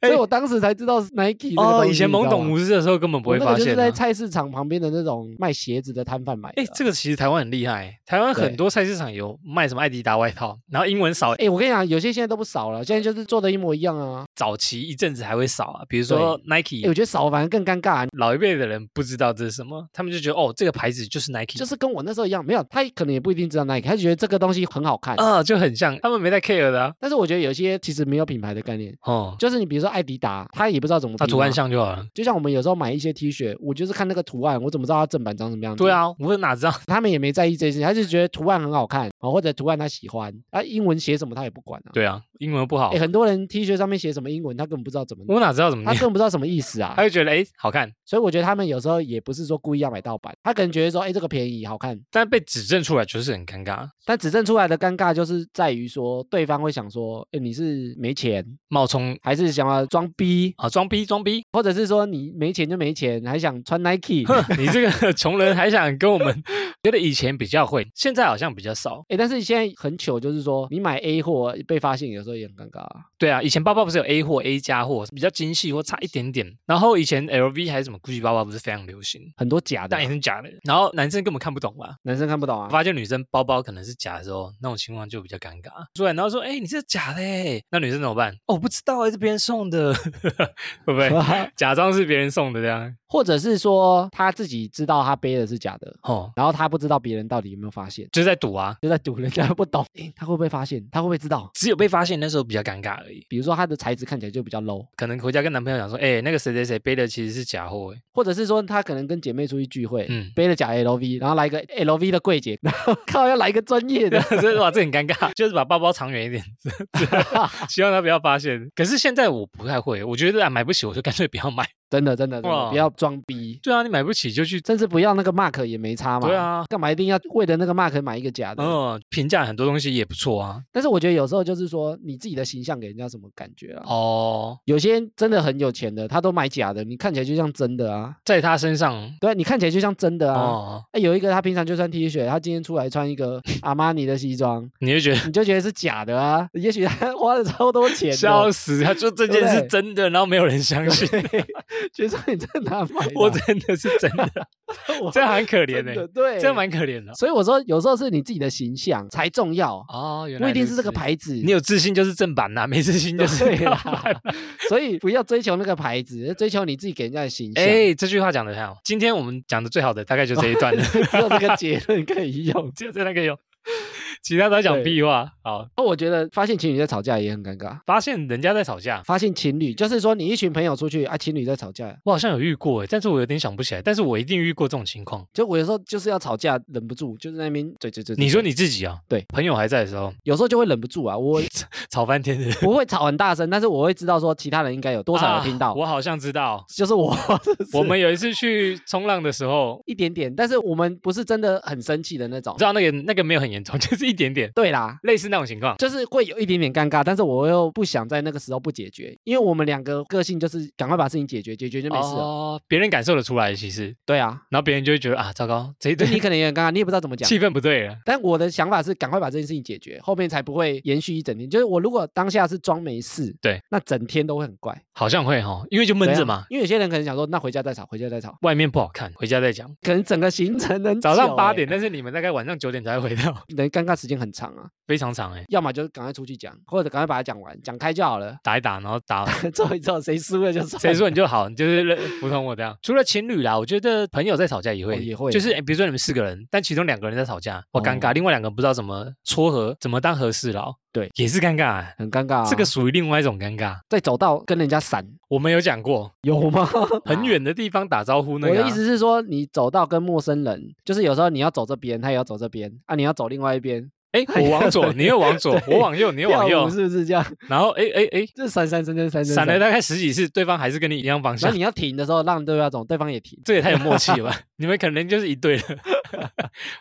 A: 哎
B: 所以我当时才知道是 Nike 这个
A: 哦，
B: 东
A: 以前
B: 西你知
A: 懵
B: 道
A: 懂
B: 吗
A: 无知的时候根本不
B: 我
A: 会
B: 那个
A: 发
B: 就是
A: 现、
B: 在
A: 啊。
B: 菜市场旁边的那种卖鞋子的摊贩买的
A: 哎
B: 啊。，
A: 这个其实台湾很厉害，台湾很
B: 对
A: 多菜市场有卖什么艾迪达外套，然后英文扫，
B: 哎，我跟你讲，有些现在都不少了，现在就是做的一模一样啊。
A: 早期一阵子还会扫啊，比如说
B: 哎，我
A: Nike，
B: 觉得少反而更尴尬，啊
A: 老一辈的人不知道这是什么，他们就觉得哦，这个牌子就是 Nike，
B: 就是跟我那时候一样，没有他可能也不一定知道 Nike，他就觉得这个东西很好看。
A: 啊、就很像，他们没在 care 的、啊，
B: 但是我觉得有些其实没有品牌的概念，
A: 哦，
B: 就是你比如说艾迪达，他也不知道怎么
A: 它
B: 拼
A: 图案
B: 啊。
A: 像就好了。
B: 就像我们有时候买一些 T 恤，我就是看那个图案，我怎么知道它正版长什么样子？
A: 对，啊，我哪知道？
B: 他们也没在意这些，他就觉得图案很好看啊，或者图案他喜欢啊，英文写什么他也不管啊。
A: 对啊，英文不好
B: 哎，，很多人 T 恤上面写什么英文，他根本不知道怎么念，
A: 我哪知道怎么
B: 他
A: 念
B: 根？本不知道什么意思啊
A: 他。就觉得哎、好看，
B: 所以我觉得他们有时候也不是说故意要买盗版，他可能觉得说，哎，这个便宜好看。
A: 但被指正出来就是很尴尬，
B: 但指证出来的尴尬就是在于说，对方会想说，哎，你是没钱，
A: 冒充
B: 还是想要装逼，
A: 啊，装逼装逼！
B: 或者是说你没钱就没钱，还想穿 Nike。
A: 哼，你这个穷人还想跟我们？觉得以前比较会，现在好像比较少。
B: 哎，但是现在很糗，就是说你买 A 货被发现，有时候也很尴尬啊。
A: 对啊，以前包包不是有 A 货、A 加货，比较精细或差一点点。然后以前 LV 还是什么 GUCCI 包包不是非常流行，
B: 很多假的
A: 但也
B: 啊，
A: 是假的。然后男生根本看不懂嘛，
B: 男生看不懂啊。
A: 发现女生包包可能是假的时候，那种情况就比较尴尬。出来然后说：“哎、你这假的、欸。”那女生怎么办？哦，我不知道、欸，是别人送的， 会不会假装是别人送的这样？
B: 或者是说他自己知道他背的是假的，
A: 哦，
B: 然后他不知道别人到底有没有发现，
A: 就在赌啊。
B: 就在赌人家不懂，诶他会不会发现？他会不会知道？
A: 只有被发现那时候比较尴尬而已。
B: 比如说他的材质看起来就比较 low，
A: 可能回家跟男朋友讲说，哎、那个谁谁谁背的其实是假货、欸，
B: 或者是说他可能跟姐妹出去聚会，
A: 嗯，
B: 背了假 LV，然后来个 LV 的柜姐，然后靠要来一个专业的
A: 这哇，这很尴尬， 就是把包包藏远一点， 希望他不要发现。可是现在我不太会，我觉得啊买不起，我就干脆不要买。
B: 真的真的真的
A: 哇
B: 不要装逼。
A: 对啊，你买不起就去，
B: 甚至不要那个 mark 也没差嘛，
A: 对啊
B: 干嘛一定要为了那个 mark 买一个假的？
A: 嗯，平价很多东西也不错啊。
B: 但是我觉得有时候就是说你自己的形象给人家什么感觉啊？
A: 哦，
B: 有些真的很有钱的，他都买假的，你看起来就像真的啊，
A: 在他身上，
B: 对啊，你看起来就像真的啊。
A: 哦，
B: 哎，有一个他平常就穿 T 恤，他今天出来穿一个阿玛尼的西装，
A: 你就觉 得。
B: 你就觉得是假的啊。也许他 花了超多钱的，
A: 笑死！他说这件
B: 对不
A: 是
B: 对
A: 真的，然后没有人相信，
B: 觉得说你在哪买的 啊？
A: 我真的是真 的，
B: 我
A: 这样很可怜
B: 真
A: 呢、
B: 的
A: 欸，
B: 对，
A: 这样蛮可怜的。
B: 所以我说，有时候是你自己的形象才重要，
A: 哦，原来
B: 不一定是这个
A: 牌。
B: 牌子。
A: 你有自信就是正版呐、没自信就是
B: 对啊
A: 盗
B: 啦
A: 版
B: 所以不要追求那个牌子，追求你自己给人家的形象。
A: 哎，这句话讲的很好。今天我们讲的最好的大概就这一 段了，
B: 只有这个结论可以用。
A: 只有这那个有，其他都在讲
B: 对
A: 屁话。好，
B: 哦，我觉得发现情侣在吵架也很尴尬。
A: 发现人家在吵架，
B: 发现情侣就是说，你一群朋友出去啊，情侣在吵架，
A: 我好像有遇过哎，但是我有点想不起来，但是我一定遇过这种情况。
B: 就我有时候就是要吵架，忍不住就是在那边嘴嘴嘴。嘴
A: 你说
B: 嘴
A: 你自己啊？
B: 对，
A: 朋友还在的时候
B: 有时候就会忍不住啊， 我
A: 吵翻天的，
B: 不会吵很大声，但是我会知道说其他人应该有多少有听
A: 啊
B: 到，
A: 我好像知道，
B: 就是我
A: 我们有一次去冲浪的时候。
B: 一点点，但是我们不是真的很生气的那种
A: 我知。道那个那个没有很严重，就是一 点点，
B: 对啦，
A: 类似那种情况。
B: 就是会有一点点尴尬，但是我又不想在那个时候不解决，因为我们两个个性就是赶快把事情解决，解决就没事了。啊
A: 哦，别人感受得出来，其实，
B: 对啊，
A: 然后别人就会觉得啊，糟糕，这一
B: 就
A: 对
B: 你可能也很尴尬，你也不知道怎么 讲。
A: 气氛不对了。
B: 但我的想法是赶快把这件事情解决，后面才不会延续一整天。就是我如果当下是装没事，
A: 对，
B: 那整天都会很怪，
A: 好像会哈，因为就闷
B: 对
A: 着
B: 啊
A: 嘛，
B: 因为有些人可能想说，那回家再吵，回家再吵，
A: 外面不好看，回家再讲。
B: 可能整个行程能
A: 早上八点，，但是你们大概晚上九点才回到，
B: 能尴尬时间很长啊。
A: 非常长哎、
B: 要么就赶快出去讲，或者赶快把它讲完，讲开就好了。
A: 打一打，然后打
B: 做一做，谁输了就算
A: 谁说你就好，你就是服从我这样。除了情侣啦，我觉得朋友在吵架也会，
B: 哦也会
A: 就是诶比如说你们四个人，但其中两个人在吵架，好尴尬，
B: 哦
A: 另外两个不知道怎么撮合，怎么当和事佬，
B: 对，
A: 也是尴尬、啊，
B: 很尴尬、啊。
A: 这个属于另外一种尴尬。
B: 在走道跟人家闪
A: 我们有讲过，
B: 有吗？
A: 很远的地方打招呼那个啊、
B: 啊我的意思是说，你走到跟陌生人，就是有时候你要走这边，他也要走这边啊，你要走另外一边，
A: 诶，我往左，你又往左，我往右，你又往
B: 哎 跳
A: 右
B: 舞，是不是这样？
A: 然后诶诶诶，
B: 就是闪闪闪闪闪
A: 闪了大概十几次，对方还是跟你一样方
B: 然
A: 向
B: 后。你要停的时候，让对方走，对方也停。
A: 这也太有默契了吧！ 你们可能就是一对了，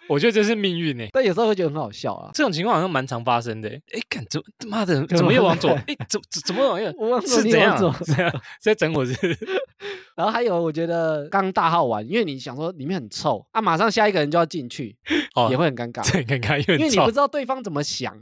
A: 我觉得这是命运呢、
B: 但有时候会觉得很好笑啊。
A: 这种情况好像蛮常发生的、欸。哎，干怎么他妈 的
B: 怎
A: 怎么
B: 么
A: 又往左？哎，怎怎怎么往 右？
B: 我忘了
A: 是
B: 你
A: 怎样
B: 往左
A: 啊？ 是啊在整我是？
B: 然后还有，我觉得刚大号玩，因为你想说里面很臭啊，马上下一个人就要进去，
A: 哦
B: 也会很尴尬，
A: 这很尴尬，因
B: 因
A: 为
B: 为
A: 很
B: 你不
A: 臭
B: 知。道对方怎么想。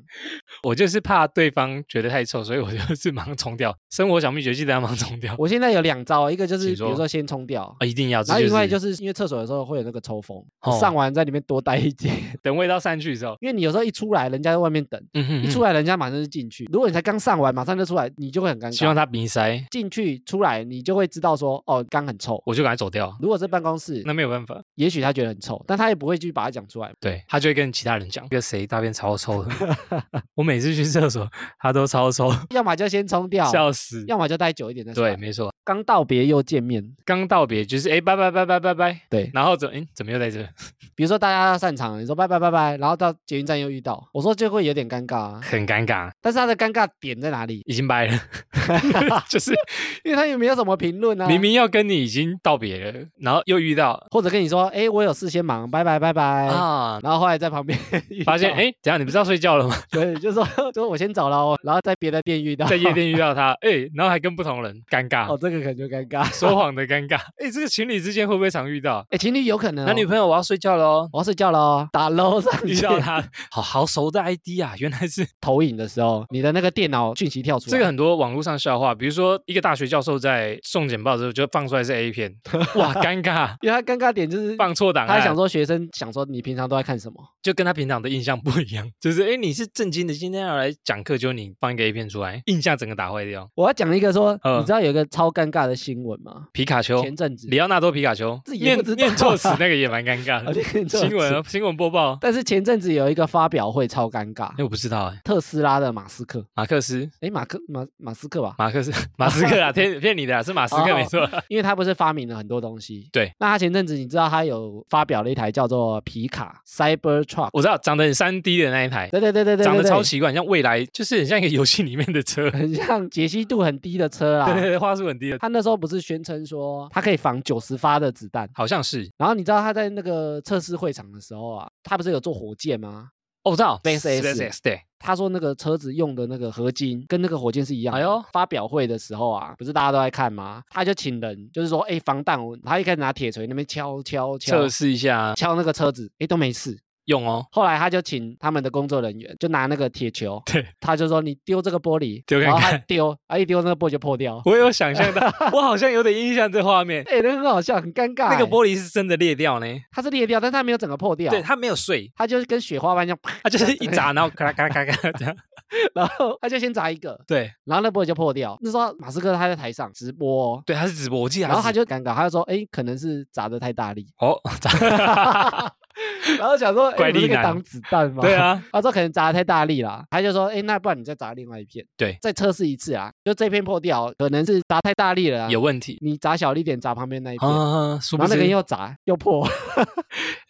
A: 我就是怕对方觉得太臭，所以我就是马上冲掉。生活小秘诀记得要马上冲掉
B: 我现在有两招，啊一个就是
A: 请
B: 比
A: 说
B: 如说先冲掉。
A: 啊！一定要。
B: 然后另外
A: 这
B: 就是是因为厕所有时候会有那个抽风，
A: 哦
B: 上完在里面多待一点，
A: 等味道散去之后，
B: 因为你有时候一出来，人家在外面等，
A: 嗯哼
B: 一出
A: 来
B: 来人家马上就进去。如果你才刚上完，马上就出来，你就会很尴
A: 希望
B: 尬。
A: 他鼻塞，
B: 进去出来，你就会知道说，哦，刚很臭。
A: 我就赶快走掉。
B: 如果是办公室，
A: 那没有办法，
B: 也许他觉得很臭，但他也不会去把它讲出来。
A: 对他就会跟其他人讲，这个谁大便超臭的。 我每次去厕所，他都超臭，
B: 要么就先冲掉，
A: 笑死。
B: 哦要么就待久一点再出
A: 对，
B: 来。
A: 没错，
B: 刚道别又见面，
A: 刚道别就是哎，拜拜拜拜拜拜，
B: 对，
A: 然后怎哎怎么又在这？
B: 比如说大家散场，你说拜拜拜拜，然后到捷运站又遇到，我说就会有点尴尬啊。
A: 很尴尬，
B: 但是他的尴尬点在哪里？
A: 已经掰了， 就是
B: 因为他也没有什么评论啊，
A: 明明要跟你已经道别了，然后又遇到
B: 或者跟你说，哎，我有事先忙，拜拜拜拜。
A: 啊，
B: 然后后来在旁边 遇
A: 发现
B: 到，
A: 哎，怎样？你不是要睡觉了吗？
B: 对，就说就说我先走了哦，然后在别的店遇到，
A: 在夜店遇到他，哎，然后还跟不同人，尴尬，
B: 哦，这个可能就尴尬。
A: 说谎的尴尬。 哎，这个情侣之间会不会常遇到？
B: 哎，情侣有可能哦、
A: 男女朋友我要睡觉喽，
B: 我要睡觉了哦，打捞上
A: 遇
B: 去
A: 到他，好好熟的 ID 啊，原来是
B: 投影的时候，你的那个电脑讯息跳出来，
A: 这个很多网络上笑话，比如说一个大学教授在送简报的时候就放出来是 A 片，哇，尴尬，
B: 因为他尴尬点就是
A: 放错档
B: 他
A: 案
B: 想。说学生想说你平常都在看什么？
A: 就跟他平常的印象不一样，就是哎，诶你是正经的，今天要来讲课，就你放一个 A 片出来，印象整个打坏掉。
B: 我要讲一个说，
A: 嗯
B: 你知道有一个超尴尬的新闻吗？
A: 皮卡丘，
B: 前阵子
A: 里奥纳多皮卡丘，
B: 自己也
A: 念
B: 不知道啊
A: 念错词那个也蛮尴 尬
B: 啊
A: 的。
B: 念错
A: 新闻
B: 字
A: 啊新闻播报，
B: 但是前阵子有一个发表会超尴尬
A: 哎、，我不知道哎、
B: 特斯拉的马斯克，
A: 马克思，
B: 诶，马克马马斯 克吧，
A: 马克思，马斯克啊，骗骗你的啊，是马斯克
B: 哦
A: 没错。
B: 因为他不是发明了很多东西。
A: 对，
B: 那他前阵子你知道他有发表了一台叫做皮卡 Cyber Truck，
A: 我知道，长得很三 D 的那一台，
B: 对对对对对，
A: 长得
B: 对
A: 超
B: 对
A: 奇怪，很像未来，就是很像一个游戏里面的车。
B: 很像解析度很低的车
A: 对对
B: 啦。
A: 对，话术很低的，
B: 他那时候不是宣称说它可以防九十发的子弹，
A: 好像是。
B: 然后你知道他在那个测试会场的时候啊，他不是有做火箭吗？
A: 哦，我知道
B: SpaceX
A: SpaceX 对，
B: 他说那个车子用的那个合金跟那个火箭是一样的。
A: 哎呦
B: 发表会的时候啊，不是大家都在看吗？他就请人，就是说，哎，防弹，我他一开始拿铁锤那边敲敲敲
A: 测试一下
B: 敲那个车子，哎，都没事。
A: 用哦，
B: 后来他就请他们的工作人员，就拿那个铁球，
A: 对，
B: 他就说你丢这个玻璃，
A: 丢看
B: 然后他
A: 看
B: 丢，啊一丢那个玻璃就 破掉，
A: 我有想象到，我好像有点印象这画面，
B: 哎，那很好笑，很尴尬欸。
A: 那个玻璃是真的裂掉呢，
B: 它是裂掉，但是它没有整个破掉，
A: 对，它没有碎，
B: 它就是跟雪花般这样，
A: 它啊就是一砸，然后咔啦咔啦咔啦咔啦这样，
B: 然后他就先砸一个，
A: 对
B: 然后那玻璃就破掉。那时候马斯克他在台上直播哦，
A: 对，它是直播，我记得，
B: 然后他就尴尬，他就说：“哎，可能是砸的太大力。
A: 哦， 砸
B: 然后想说：“
A: 怪
B: 哎，不是
A: 力
B: 可以
A: 男
B: 挡子弹吗？”
A: 对。啊，
B: 他说可能砸的太大力啦，他就说，哎，那不然你再砸另外一片，
A: 对
B: 再测试一次啊，就这片破掉，可能是砸太大力了啊，
A: 有问题
B: 你砸小力点，砸旁边那一片，
A: 啊，殊
B: 然
A: 不
B: 后那
A: 知
B: 个，又砸又 破，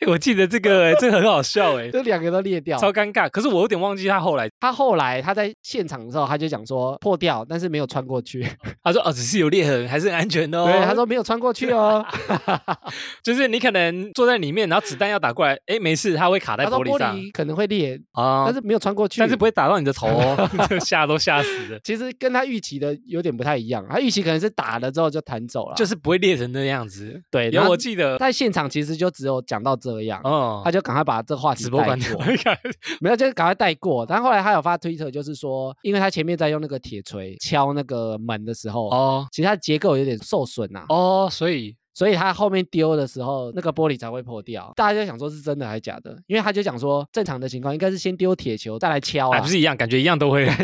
A: 诶我记得这个，诶这个很好笑哎，
B: 就两个都裂掉。
A: 超尴尬，可是我有点忘记他后来，
B: 他后来他在现场的时候，他就讲说破掉，但是没有穿过去，
A: 他说哦，只是有裂痕，还是很安全的哦，
B: 对，他说没有穿过去哦，
A: 就是你可能坐在里面，然后子弹要打过来，哎，没事，它会卡在
B: 他说
A: 玻
B: 玻
A: 璃上
B: 璃可能会裂，
A: 啊，
B: 但是没有穿过去，
A: 但是不会打到你的头 哦，这吓都吓死了，
B: 其实跟他预期的有点不太一样，他预期可能是打了之后就弹走了，
A: 就是不会裂成那样子。
B: 对。
A: 有
B: 然后
A: 我记得，
B: 在现场其实就只有讲到这样，
A: 嗯，
B: 他就赶快把这话题
A: 直播
B: 带
A: 关掉
B: 过，， 没有就是赶快带过。但后来他有发推特，就是说，因为他前面在用那个铁锤敲那个门的时候，
A: 哦
B: 其实它结构有点受损呐、
A: 哦，所以
B: 所以他后面丢的时候，那个玻璃才会破掉。大家就想说是真的还是假的，因为他就讲说，正常的情况应该是先丢铁球再来敲
A: 哎
B: 啊，
A: 不是一样，感觉一样都会，啊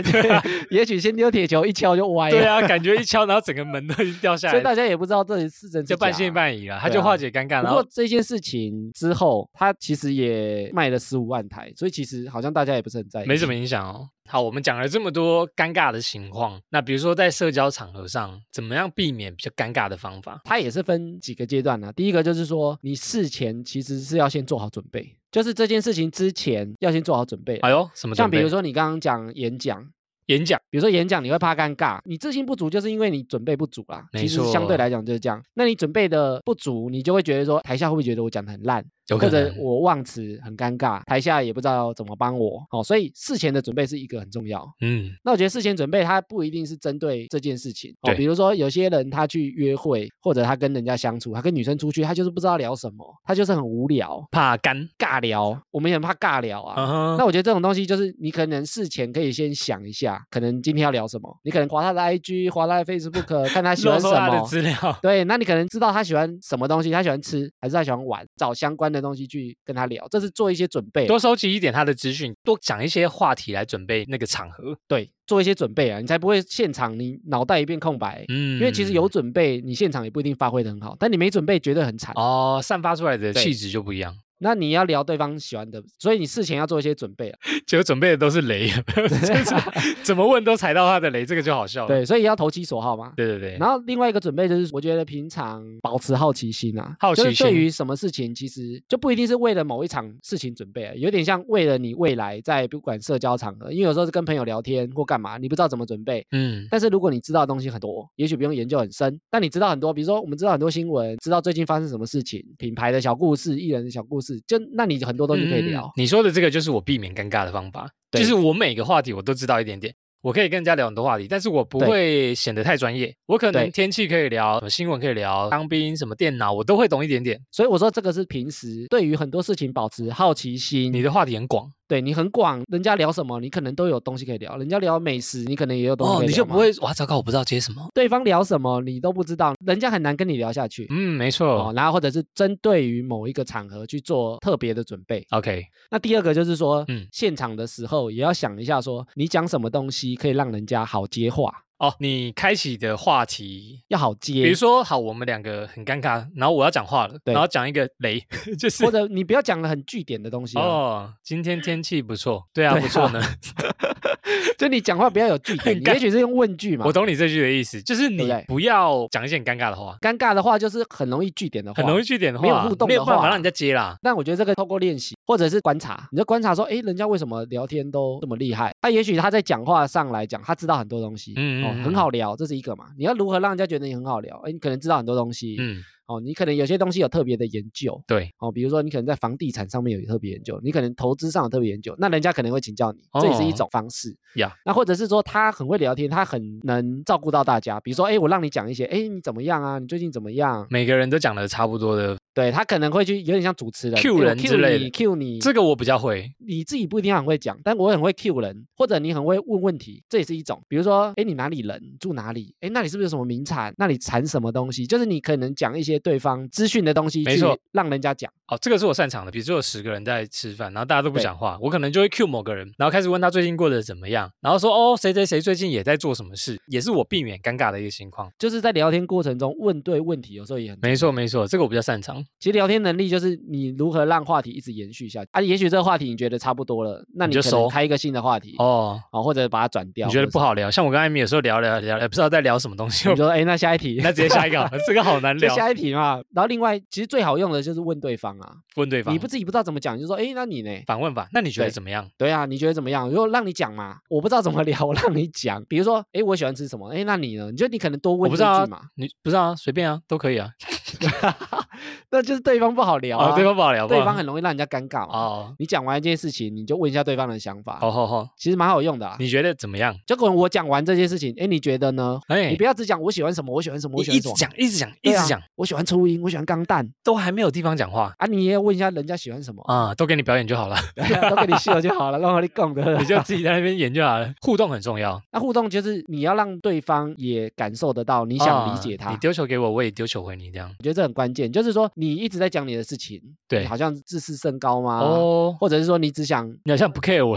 B: 也许先丢铁球一敲就歪了。
A: 对啊，感觉一敲，然后整个门都已经掉下
B: 所以
A: 来，
B: 大家也不知道这里是真是假。
A: 就半信。半疑了，他
B: 对
A: 就
B: 啊
A: 化解尴尬，
B: 不
A: 然
B: 过
A: 后
B: 这件事情之后，他其实也卖了十五万台，所以其实好像大家也不是很在意。
A: 没什么影响哦。好，我们讲了这么多尴尬的情况，那比如说在社交场合上，怎么样避免比较尴尬的方法？
B: 它也是分几个阶段啊呢、第一个就是说，你事前其实是要先做好准备，就是这件事情之前要先做好准备。啊
A: 哎呦，什么准
B: 像比
A: 备？
B: 如说你刚刚讲演讲，
A: 演讲，
B: 比如说演讲你会怕尴尬，你自信不足就是因为你准备不足啦。
A: 没
B: 其实
A: 错
B: 相对来讲就是这样。那你准备的不足，你就会觉得说台下会不会觉得我讲的很烂，
A: 有
B: 或
A: 可
B: 者
A: 能
B: 我忘词很尴尬，台下也不知道怎么帮我。哦，所以事前的准备是一个很重要。
A: 嗯，
B: 那我觉得事前准备它不一定是针对这件事情哦，
A: 对
B: 比如说有些人他去约会，或者他跟人家相处，他跟女生出去，他就是不知道聊什么，他就是很无聊，
A: 怕干，
B: 尬聊。我们也很怕尬聊啊。
A: 嗯
B: 那
A: 哼，
B: 我觉得这种东西就是你可能事前可以先想一下，可能今天要聊什么，你可能划他的 IG，划他的 Facebook，看他喜
A: 漏
B: 欢什
A: 收他的
B: 么。
A: 资料，
B: 对，那你可能知道他喜欢什么东西，他喜欢吃还是他喜欢玩，找相关的东西去跟他聊，这是做一些准备，
A: 多收集一点他的资讯，多讲一些话题来准备那个场合。
B: 对，做一些准备啊，你才不会现场你脑袋一片空白。
A: 嗯
B: 因为其实有准备，你现场也不一定发挥的很好，但你没准备绝对很惨。
A: 哦，散发出来的
B: 对
A: 气质就不一样。
B: 那你要聊对方喜欢的，所以你事前要做一些准备啊。
A: 结果准备的都是雷， 就是怎么问都踩到他的雷，这个就好笑了。
B: 对，所以要投其所好嘛。
A: 对对对，
B: 然后另外一个准备就是，我觉得平常保持好奇心啊，
A: 好
B: 就是
A: 奇
B: 对
A: 心
B: 于什么事情，其实就不一定是为了某一场事情准备啊，有点像为了你未来在不管社交场合，因为有时候是跟朋友聊天或干嘛，你不知道怎么准备。
A: 嗯，
B: 但是如果你知道的东西很多，也许不用研究很深，但你知道很多，比如说我们知道很多新闻，知道最近发生什么事情，品牌的小故事、艺人的小故事，就那你很多东西可以
A: 嗯
B: 聊。
A: 你说的这个就是我避免尴尬的方法，
B: 对
A: 就是我每个话题我都知道一点点。我可以跟人家聊很多话题，但是我不
B: 对
A: 会显得太专业。我可能
B: 对
A: 天气可以聊，什么新闻可以聊，当兵什么电脑我都会懂一点点。
B: 所以我说这个是平时对于很多事情保持好奇心，
A: 你的话题很广
B: 对你很广，人家聊什么你可能都有东西可以聊，人家聊美食你可能也有东西可以
A: 哦，
B: 聊、
A: 你就不。会哇糟糕，我不知道接什么。
B: 对方聊什么你都不知道，人家很难跟你聊下去。
A: 嗯，没
B: 哦
A: 错。，
B: 然后或者是针对于某一个场合去做特别的准备。
A: OK，
B: 那第二个就是说，
A: 嗯
B: 现场的时候也要想一下说，你讲什么东西可以让人家好接话，
A: 哦，你开启的话题，
B: 要好
A: 比
B: 接
A: 如。说，好，我们两个很尴尬，然后我要讲话了，
B: 对
A: 然后讲一个雷， 就是
B: 或者你不要讲了很据点的东西、哦，
A: 哦，今天天气不错，对啊，
B: 对啊
A: 不错呢。
B: 就你讲话不要有据点，
A: 很
B: 你
A: 尴
B: 也许是用问句嘛。
A: 我懂你这句的意思，就是
B: 对
A: 你
B: 不对
A: 不要讲一些很尴尬的话，
B: 尴尬的话就是很容易据点的话，
A: 很容易去点的话，
B: 没有互动的
A: 没有办法
B: 话
A: 让人家接啦。
B: 但我觉得这个透过练习或者是观察，你就观察说，诶，人家为什么聊天都这么厉害？他也许他在讲话上来讲，他知道很多东西，
A: 嗯
B: 哦
A: 嗯，
B: 很
A: 嗯
B: 好聊，这是一个嘛。你要如何让人家觉得你很好聊？诶，你可能知道很多东西，
A: 嗯，
B: 哦，你可能有些东西有特别的研究，
A: 对，
B: 哦，比如说你可能在房地产上面有特别研究，你可能投资上有特别研究，那人家可能会请教你，这也是一
A: 哦
B: 种方式
A: 呀。
B: 那或者是说他很会聊天，他很能照顾到大家，比如说，诶，我让你讲一些，诶，你怎么样啊？你最近怎么样？
A: 每个人都讲的差不多的，
B: 对他可能会去有点像主持人
A: cue
B: 诶我
A: 人之类的
B: 你，Q 你，
A: 这个我比较会。
B: 你自己不一定要很会讲，但我很会 Q 人，或者你很会问问题，这也是一种。比如说，哎，你哪里人？住哪里？哎，那里是不是有什么名产？那里产什么东西？就是你可能讲一些对方资讯的东西，
A: 没错，
B: 让人家讲。
A: 哦，这个是我擅长的。比如说有十个人在吃饭，然后大家都不
B: 对
A: 讲话，我可能就会 cue 某个人，然后开始问他最近过得怎么样，然后说哦，谁谁谁最近也在做什么事，也是我避免尴尬的一个情况。
B: 就是在聊天过程中问对问题，有时候也很
A: 没错，。没错，这个我比较擅长。
B: 其实聊天能力就是你如何让话题一直延续下去啊。也许这个话题你觉得差不多了，那
A: 你就
B: 你可
A: 收
B: 能开一个新的话题哦，
A: 哦，
B: 或者把它转掉。
A: 你觉得
B: 或者
A: 不
B: 什么？
A: 好聊？像我跟艾米有时候聊聊聊，也不知道在聊什么东西
B: 你，说哎，诶那下一题，
A: 那直接下一个好了，这个好难
B: 就
A: 聊。
B: 下一题嘛。然后另外，其实最好用的就是问对方啊，
A: 问对方，
B: 你不自己不知道怎么讲，你就说哎，诶那你呢？
A: 反问吧？那你觉得
B: 对
A: 怎么样？
B: 对啊，你觉得怎么样？如果让你讲嘛，我不知道怎么 聊，我让你讲。比如说，哎，我喜欢吃什么？哎，那你呢？你觉得你可能多
A: 我
B: 问
A: 不
B: 一
A: 知道
B: 句
A: 啊
B: 嘛。
A: 你不知道啊，随便啊，都可以啊。
B: 那就是对方不好聊啊，
A: 哦，对方不好聊，
B: 对
A: 不好
B: 方很容易让人家尴尬嘛。
A: 哦，
B: 你讲完一件事情，你就问一下对方的想法，
A: 好好好，
B: 其实蛮好用的啊。
A: 你觉得怎么样？
B: 就可能我讲完这件事情，哎，你觉得呢？
A: 哎，
B: 你不要只讲我喜欢什么，我喜欢什么，
A: 你
B: 我喜
A: 一
B: 欢什
A: 直
B: 么，
A: 讲，一直讲，一
B: 对
A: 直
B: 啊
A: 讲，
B: 我喜欢初音，我喜欢钢弹
A: 都还没有地方讲话
B: 啊，你也要问一下人家喜欢什么，
A: 啊，都给你表演就好了，
B: 都给你秀就好了，让你供 的
A: 你。就自己在那边演就好了。互动很重要，
B: 那互动就是你要让对方也感受得到你
A: 你
B: 想理解他，
A: 啊你丢球给我，我也丢球回你，这样
B: 我觉得这很关键。就是说你一直在讲你的事情，
A: 对
B: 你好像自视甚高吗？
A: 哦。
B: 或者是说你 只想
A: 你好像不 care 我，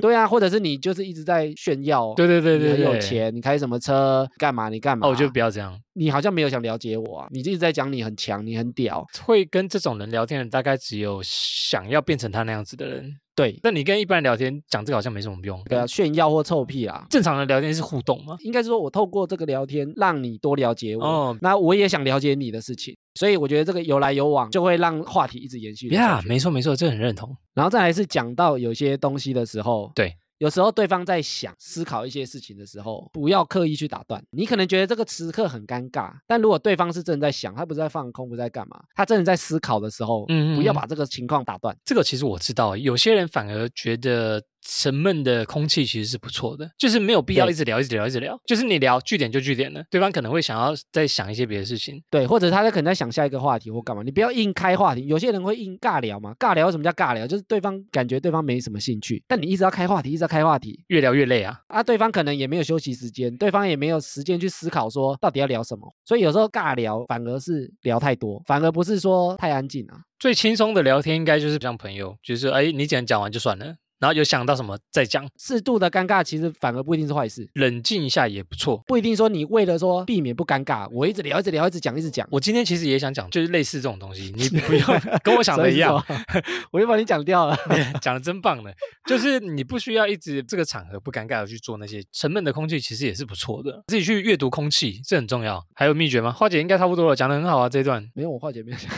B: 对啊，或者是你就是一直在炫耀，
A: 对对对对
B: 你
A: 对，
B: 很有钱，你开什么车，干嘛你干嘛？
A: 哦，我觉得不要这样。
B: 你好像没有想了解我啊，你一直在讲你很强，你很屌，
A: 会跟这种人聊天的，大概只有想要变成他那样子的人。
B: 对
A: 但你跟一般人聊天讲这个好像没什么用。
B: 对啊，炫耀或臭屁啊。
A: 正常的聊天是互动嘛。
B: 应该是说，我透过这个聊天，让你多了解我，
A: 哦
B: 那我也想了解你的事情，所以我觉得这个有来有往，就会让话题一直延续得下
A: 呀
B: 去。
A: 没错没错，这很认同。
B: 然后再来是讲到有些东西的时候，
A: 对。
B: 有时候对方在想思考一些事情的时候，不要刻意去打断。你可能觉得这个时刻很尴尬，但如果对方是真的在想，他不是在放空，不是在干嘛，他真的在思考的时候，
A: 嗯嗯
B: 不要
A: 嗯
B: 把这个情况打断。
A: 这个其实我知道，有些人反而觉得沉闷的空气其实是不错的，就是没有必要
B: 对
A: 一直聊、一直聊、一直聊，就是你聊据点就据点了，对方可能会想要再想一些别的事情。
B: 对，或者他在可能在想下一个话题或干嘛，你不要硬开话题。有些人会硬尬聊嘛，尬聊为什么叫尬聊？就是对方感觉对方没什么兴趣，但你一直要开话题，一直要开话题
A: 越聊越累啊！
B: 啊，对方可能也没有休息时间，对方也没有时间去思考说到底要聊什么，所以有时候尬聊反而是聊太多，反而不是说太安静啊。
A: 最轻松的聊天应该就是像朋友，就是哎，你讲讲完就算了，然后有想到什么再讲，
B: 适度的尴尬其实反而不一定是坏事，
A: 冷静一下也不错。
B: 不一定说你为了说避免不尴尬，我一直聊一直聊一直讲一直讲。
A: 我今天其实也想讲，就是类似这种东西，你不 用跟我想
B: 所
A: 的
B: 以
A: 一
B: 是
A: 样，
B: 说， 我就把你讲掉了。
A: 讲的真棒呢。就是你不需要一直这个场合不尴尬的去做那些沉闷的空气，其实也是不错的。自己去阅读空气，这很重要。还有秘诀吗？花姐应该差不多了，讲的很好啊。这一段
B: 没有，我化解没有讲。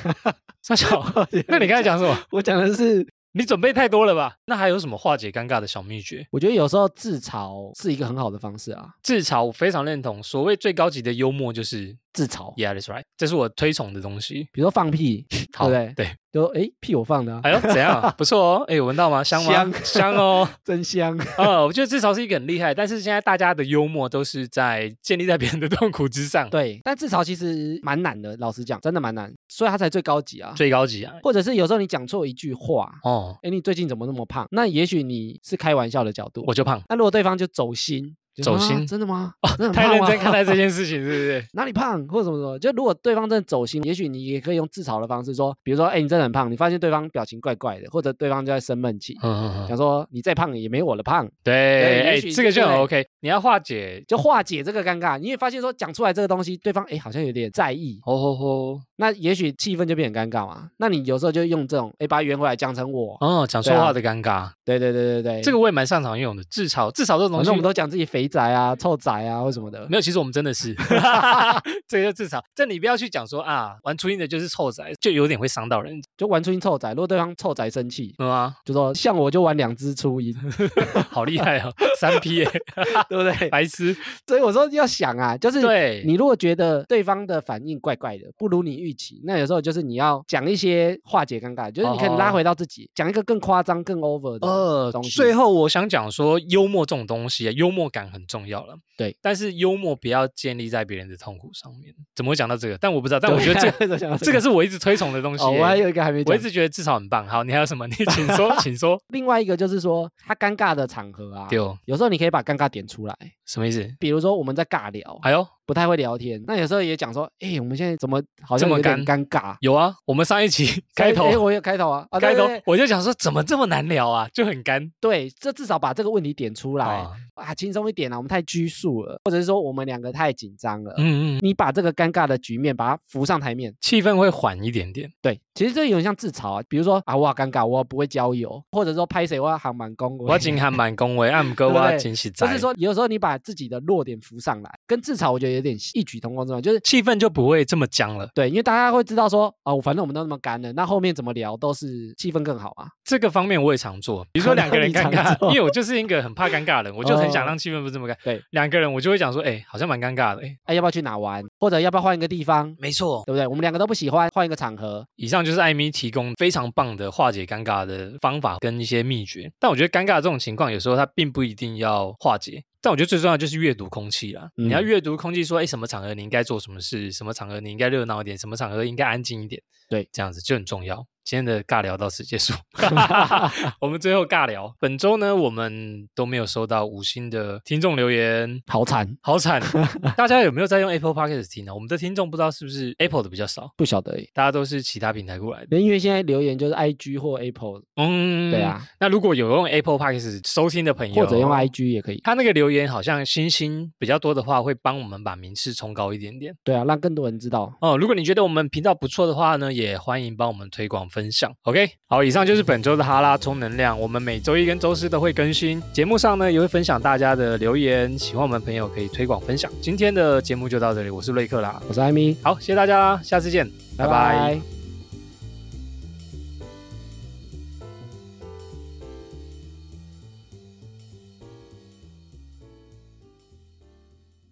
A: 沙小， 那你刚才讲什么？
B: 我讲的是
A: 你准备太多了吧？那还有什么化解尴尬的小秘诀？
B: 我觉得有时候自嘲是一个很好的方式啊，
A: 自嘲我非常认同，所谓最高级的幽默就是
B: 自嘲，
A: Yeah, that's right，这是我推崇的东 西。
B: 比如说放屁，
A: 好，
B: 对不
A: 对，
B: 就诶屁我放的、啊，
A: 哎呦，怎样？不错哦，哎，有闻到吗？香吗？
B: 香
A: 香哦。
B: 真香。
A: 呃，我觉得自嘲是一个很厉害，但是现在大家的幽默都是在建立在别人的痛苦之上，
B: 对，但自嘲其实蛮难的，老实讲，真的蛮难，所以它才最高级啊。
A: 最高级啊。
B: 或者是有时候你讲错一句话，
A: 哦，
B: 诶，你最近怎么那么胖？那也许你是开玩笑的角度，
A: 我就胖，
B: 那如果对方就走心，就说
A: 走
B: 啊
A: 心哦
B: 真的吗？真的很
A: 太
B: 胖啊
A: 认
B: 吗
A: 真看待这件事情，是不是？
B: 哪里胖或者什么什么，就如果对方真的走心，也许你也可以用自嘲的方式说，比如说，哎、你真的很胖，你发现对方表情怪怪的，或者对方就在生闷气，
A: 嗯嗯嗯，
B: 想说你再胖也没我的胖，
A: 对，
B: 对也
A: 哎，
B: 许
A: 这个就很
B: 对
A: OK。你要化解，
B: 就化解这个尴尬。你也发现说讲出来这个东西，对方哎好像有点在意，
A: 吼吼吼，
B: 那也许气氛就变得很尴尬嘛。那你有时候就用这种哎把它圆回来讲成我，
A: 哦，讲
B: 对
A: 说
B: 啊
A: 话的尴尬，
B: 对对对对对，
A: 这个我也蛮擅长用的，自嘲，自嘲这种
B: 反正我
A: 东
B: 们
A: 西。
B: 都讲自己肥宅啊、臭宅啊或什么的。
A: 没有，其实我们真的 是，这个就自嘲。这你不要去讲说啊，玩初音的就是臭仔，就有点会伤到人，
B: 就玩出音臭宅，如果对方臭宅生气，
A: 嗯啊，
B: 就说像我就玩两只初音，
A: 好厉害哦，三 P 耶，
B: 对不对？
A: 白痴，
B: 所以我说要想啊，就是
A: 对，
B: 你如果觉得对方的反应怪怪的，不如你预期，那有时候就是你要讲一些化解尴尬，就是你可以拉
A: 哦
B: 回到自己，讲一个更夸张、更 over 的。
A: 呃，
B: 东西
A: 最后我想讲说，幽默这种东西，啊幽默感很重要了。
B: 对，
A: 但是幽默不要建立在别人的痛苦上面。怎么会讲到这个？但我不知道，但我觉得这 个
B: 这个
A: 这个是我一直推崇的东西
B: 啊哦，
A: 耶。
B: 我还有一个还没
A: 我
B: 讲
A: 一，直觉得至少很棒。好，你还有什么？你请 说，请说。
B: 另外一个就是说他尴尬的场合啊，
A: 丢
B: 有时候你可以把尴尬点出来，
A: 什么意思？
B: 比如说我们在尬聊，
A: 哎呦，
B: 不太会聊天，那有时候也讲说，哎，我们现在怎么好
A: 这
B: 像
A: 么
B: 有点
A: 干
B: 尴尬？
A: 有啊，我们上一期开
B: 哎，
A: 头。
B: 我有开头啊，啊对
A: 开头
B: 对对
A: 我就想说，怎么这么难聊啊？就很干
B: 对，这至少把这个问题点出来
A: 啊。
B: 啊，轻松一点啊，我们太拘束了，或者是说我们两个太紧张了。
A: 嗯嗯，
B: 你把这个尴尬的局面把它浮上台面，
A: 气氛会缓一点点。
B: 对，其实这有点像自嘲啊，比如说啊，我好尴尬，我不会交友，或者说拍谁我要喊满公，
A: 我 真还蛮恭维，按哥啊
B: 对不
A: 我
B: 对
A: 真是在。
B: 就是说，有时候你把自己的弱点浮上来，跟自嘲我觉得有点异曲同工之妙，就是
A: 气氛就不会这么僵了。
B: 对，因为大家会知道说，哦，反正我们都那么干了，那后面怎么聊都是气氛更好啊。
A: 这个方面我也常做，比如说两个人
B: 哦你
A: 尴
B: 常
A: 尬，
B: 做
A: 因为我就是一个很怕尴尬的人，我就很想
B: 哦
A: 让气氛不是这么尴。
B: 对，
A: 两个人我就会讲说，哎，好像蛮尴尬的。哎，
B: 哎，要不要去哪玩？或者要不要换一个地方？
A: 没错，
B: 对不对？我们两个都不喜欢，换一个场合。
A: 以上就是艾米提供非常棒的化解尴尬的方法跟一些秘诀。但我觉得尴尬这种情况，有时候它并不一定要化解。但我觉得最重要就是阅读空气啦，
B: 嗯
A: 你要阅读空气，说，哎，什么场合你应该做什么事，什么场合你应该热闹一点，什么场合应该安静一点，
B: 对，
A: 这样子就很重要。今天的尬聊到此结 束，我们最后尬聊。本周呢，我们都没有收到五星的听众留言。
B: 好惨，
A: 好惨！ 大家有没有在用 Apple Podcast 听呢？我们的听众不知道是不是 Apple 的比较少，
B: 不晓得耶。
A: 大家都是其他平台过来的。
B: 因为现在留言就是 I G 或 Apple，
A: 嗯，
B: 对。啊，
A: 那如果有用 Apple Podcast 收听的朋友，
B: 或者用 I G 也可以。
A: 他那个留言好像星星比较多的话，会帮我们把名次冲高一点点
B: 对啊，让更多人知道。
A: 哦。如果你觉得我们频道不错的话呢，也欢迎帮我们推广分享。OK，好，以上就是本周的哈拉充能量，我们每周一跟周四都会更新，节目上呢也会分享大家的留言，喜欢我们的朋友可以推广分享。今天的节目就到这里，我是瑞克啦，
B: 我是艾米，
A: 好，谢谢大家啦，下次见，拜拜
B: 拜拜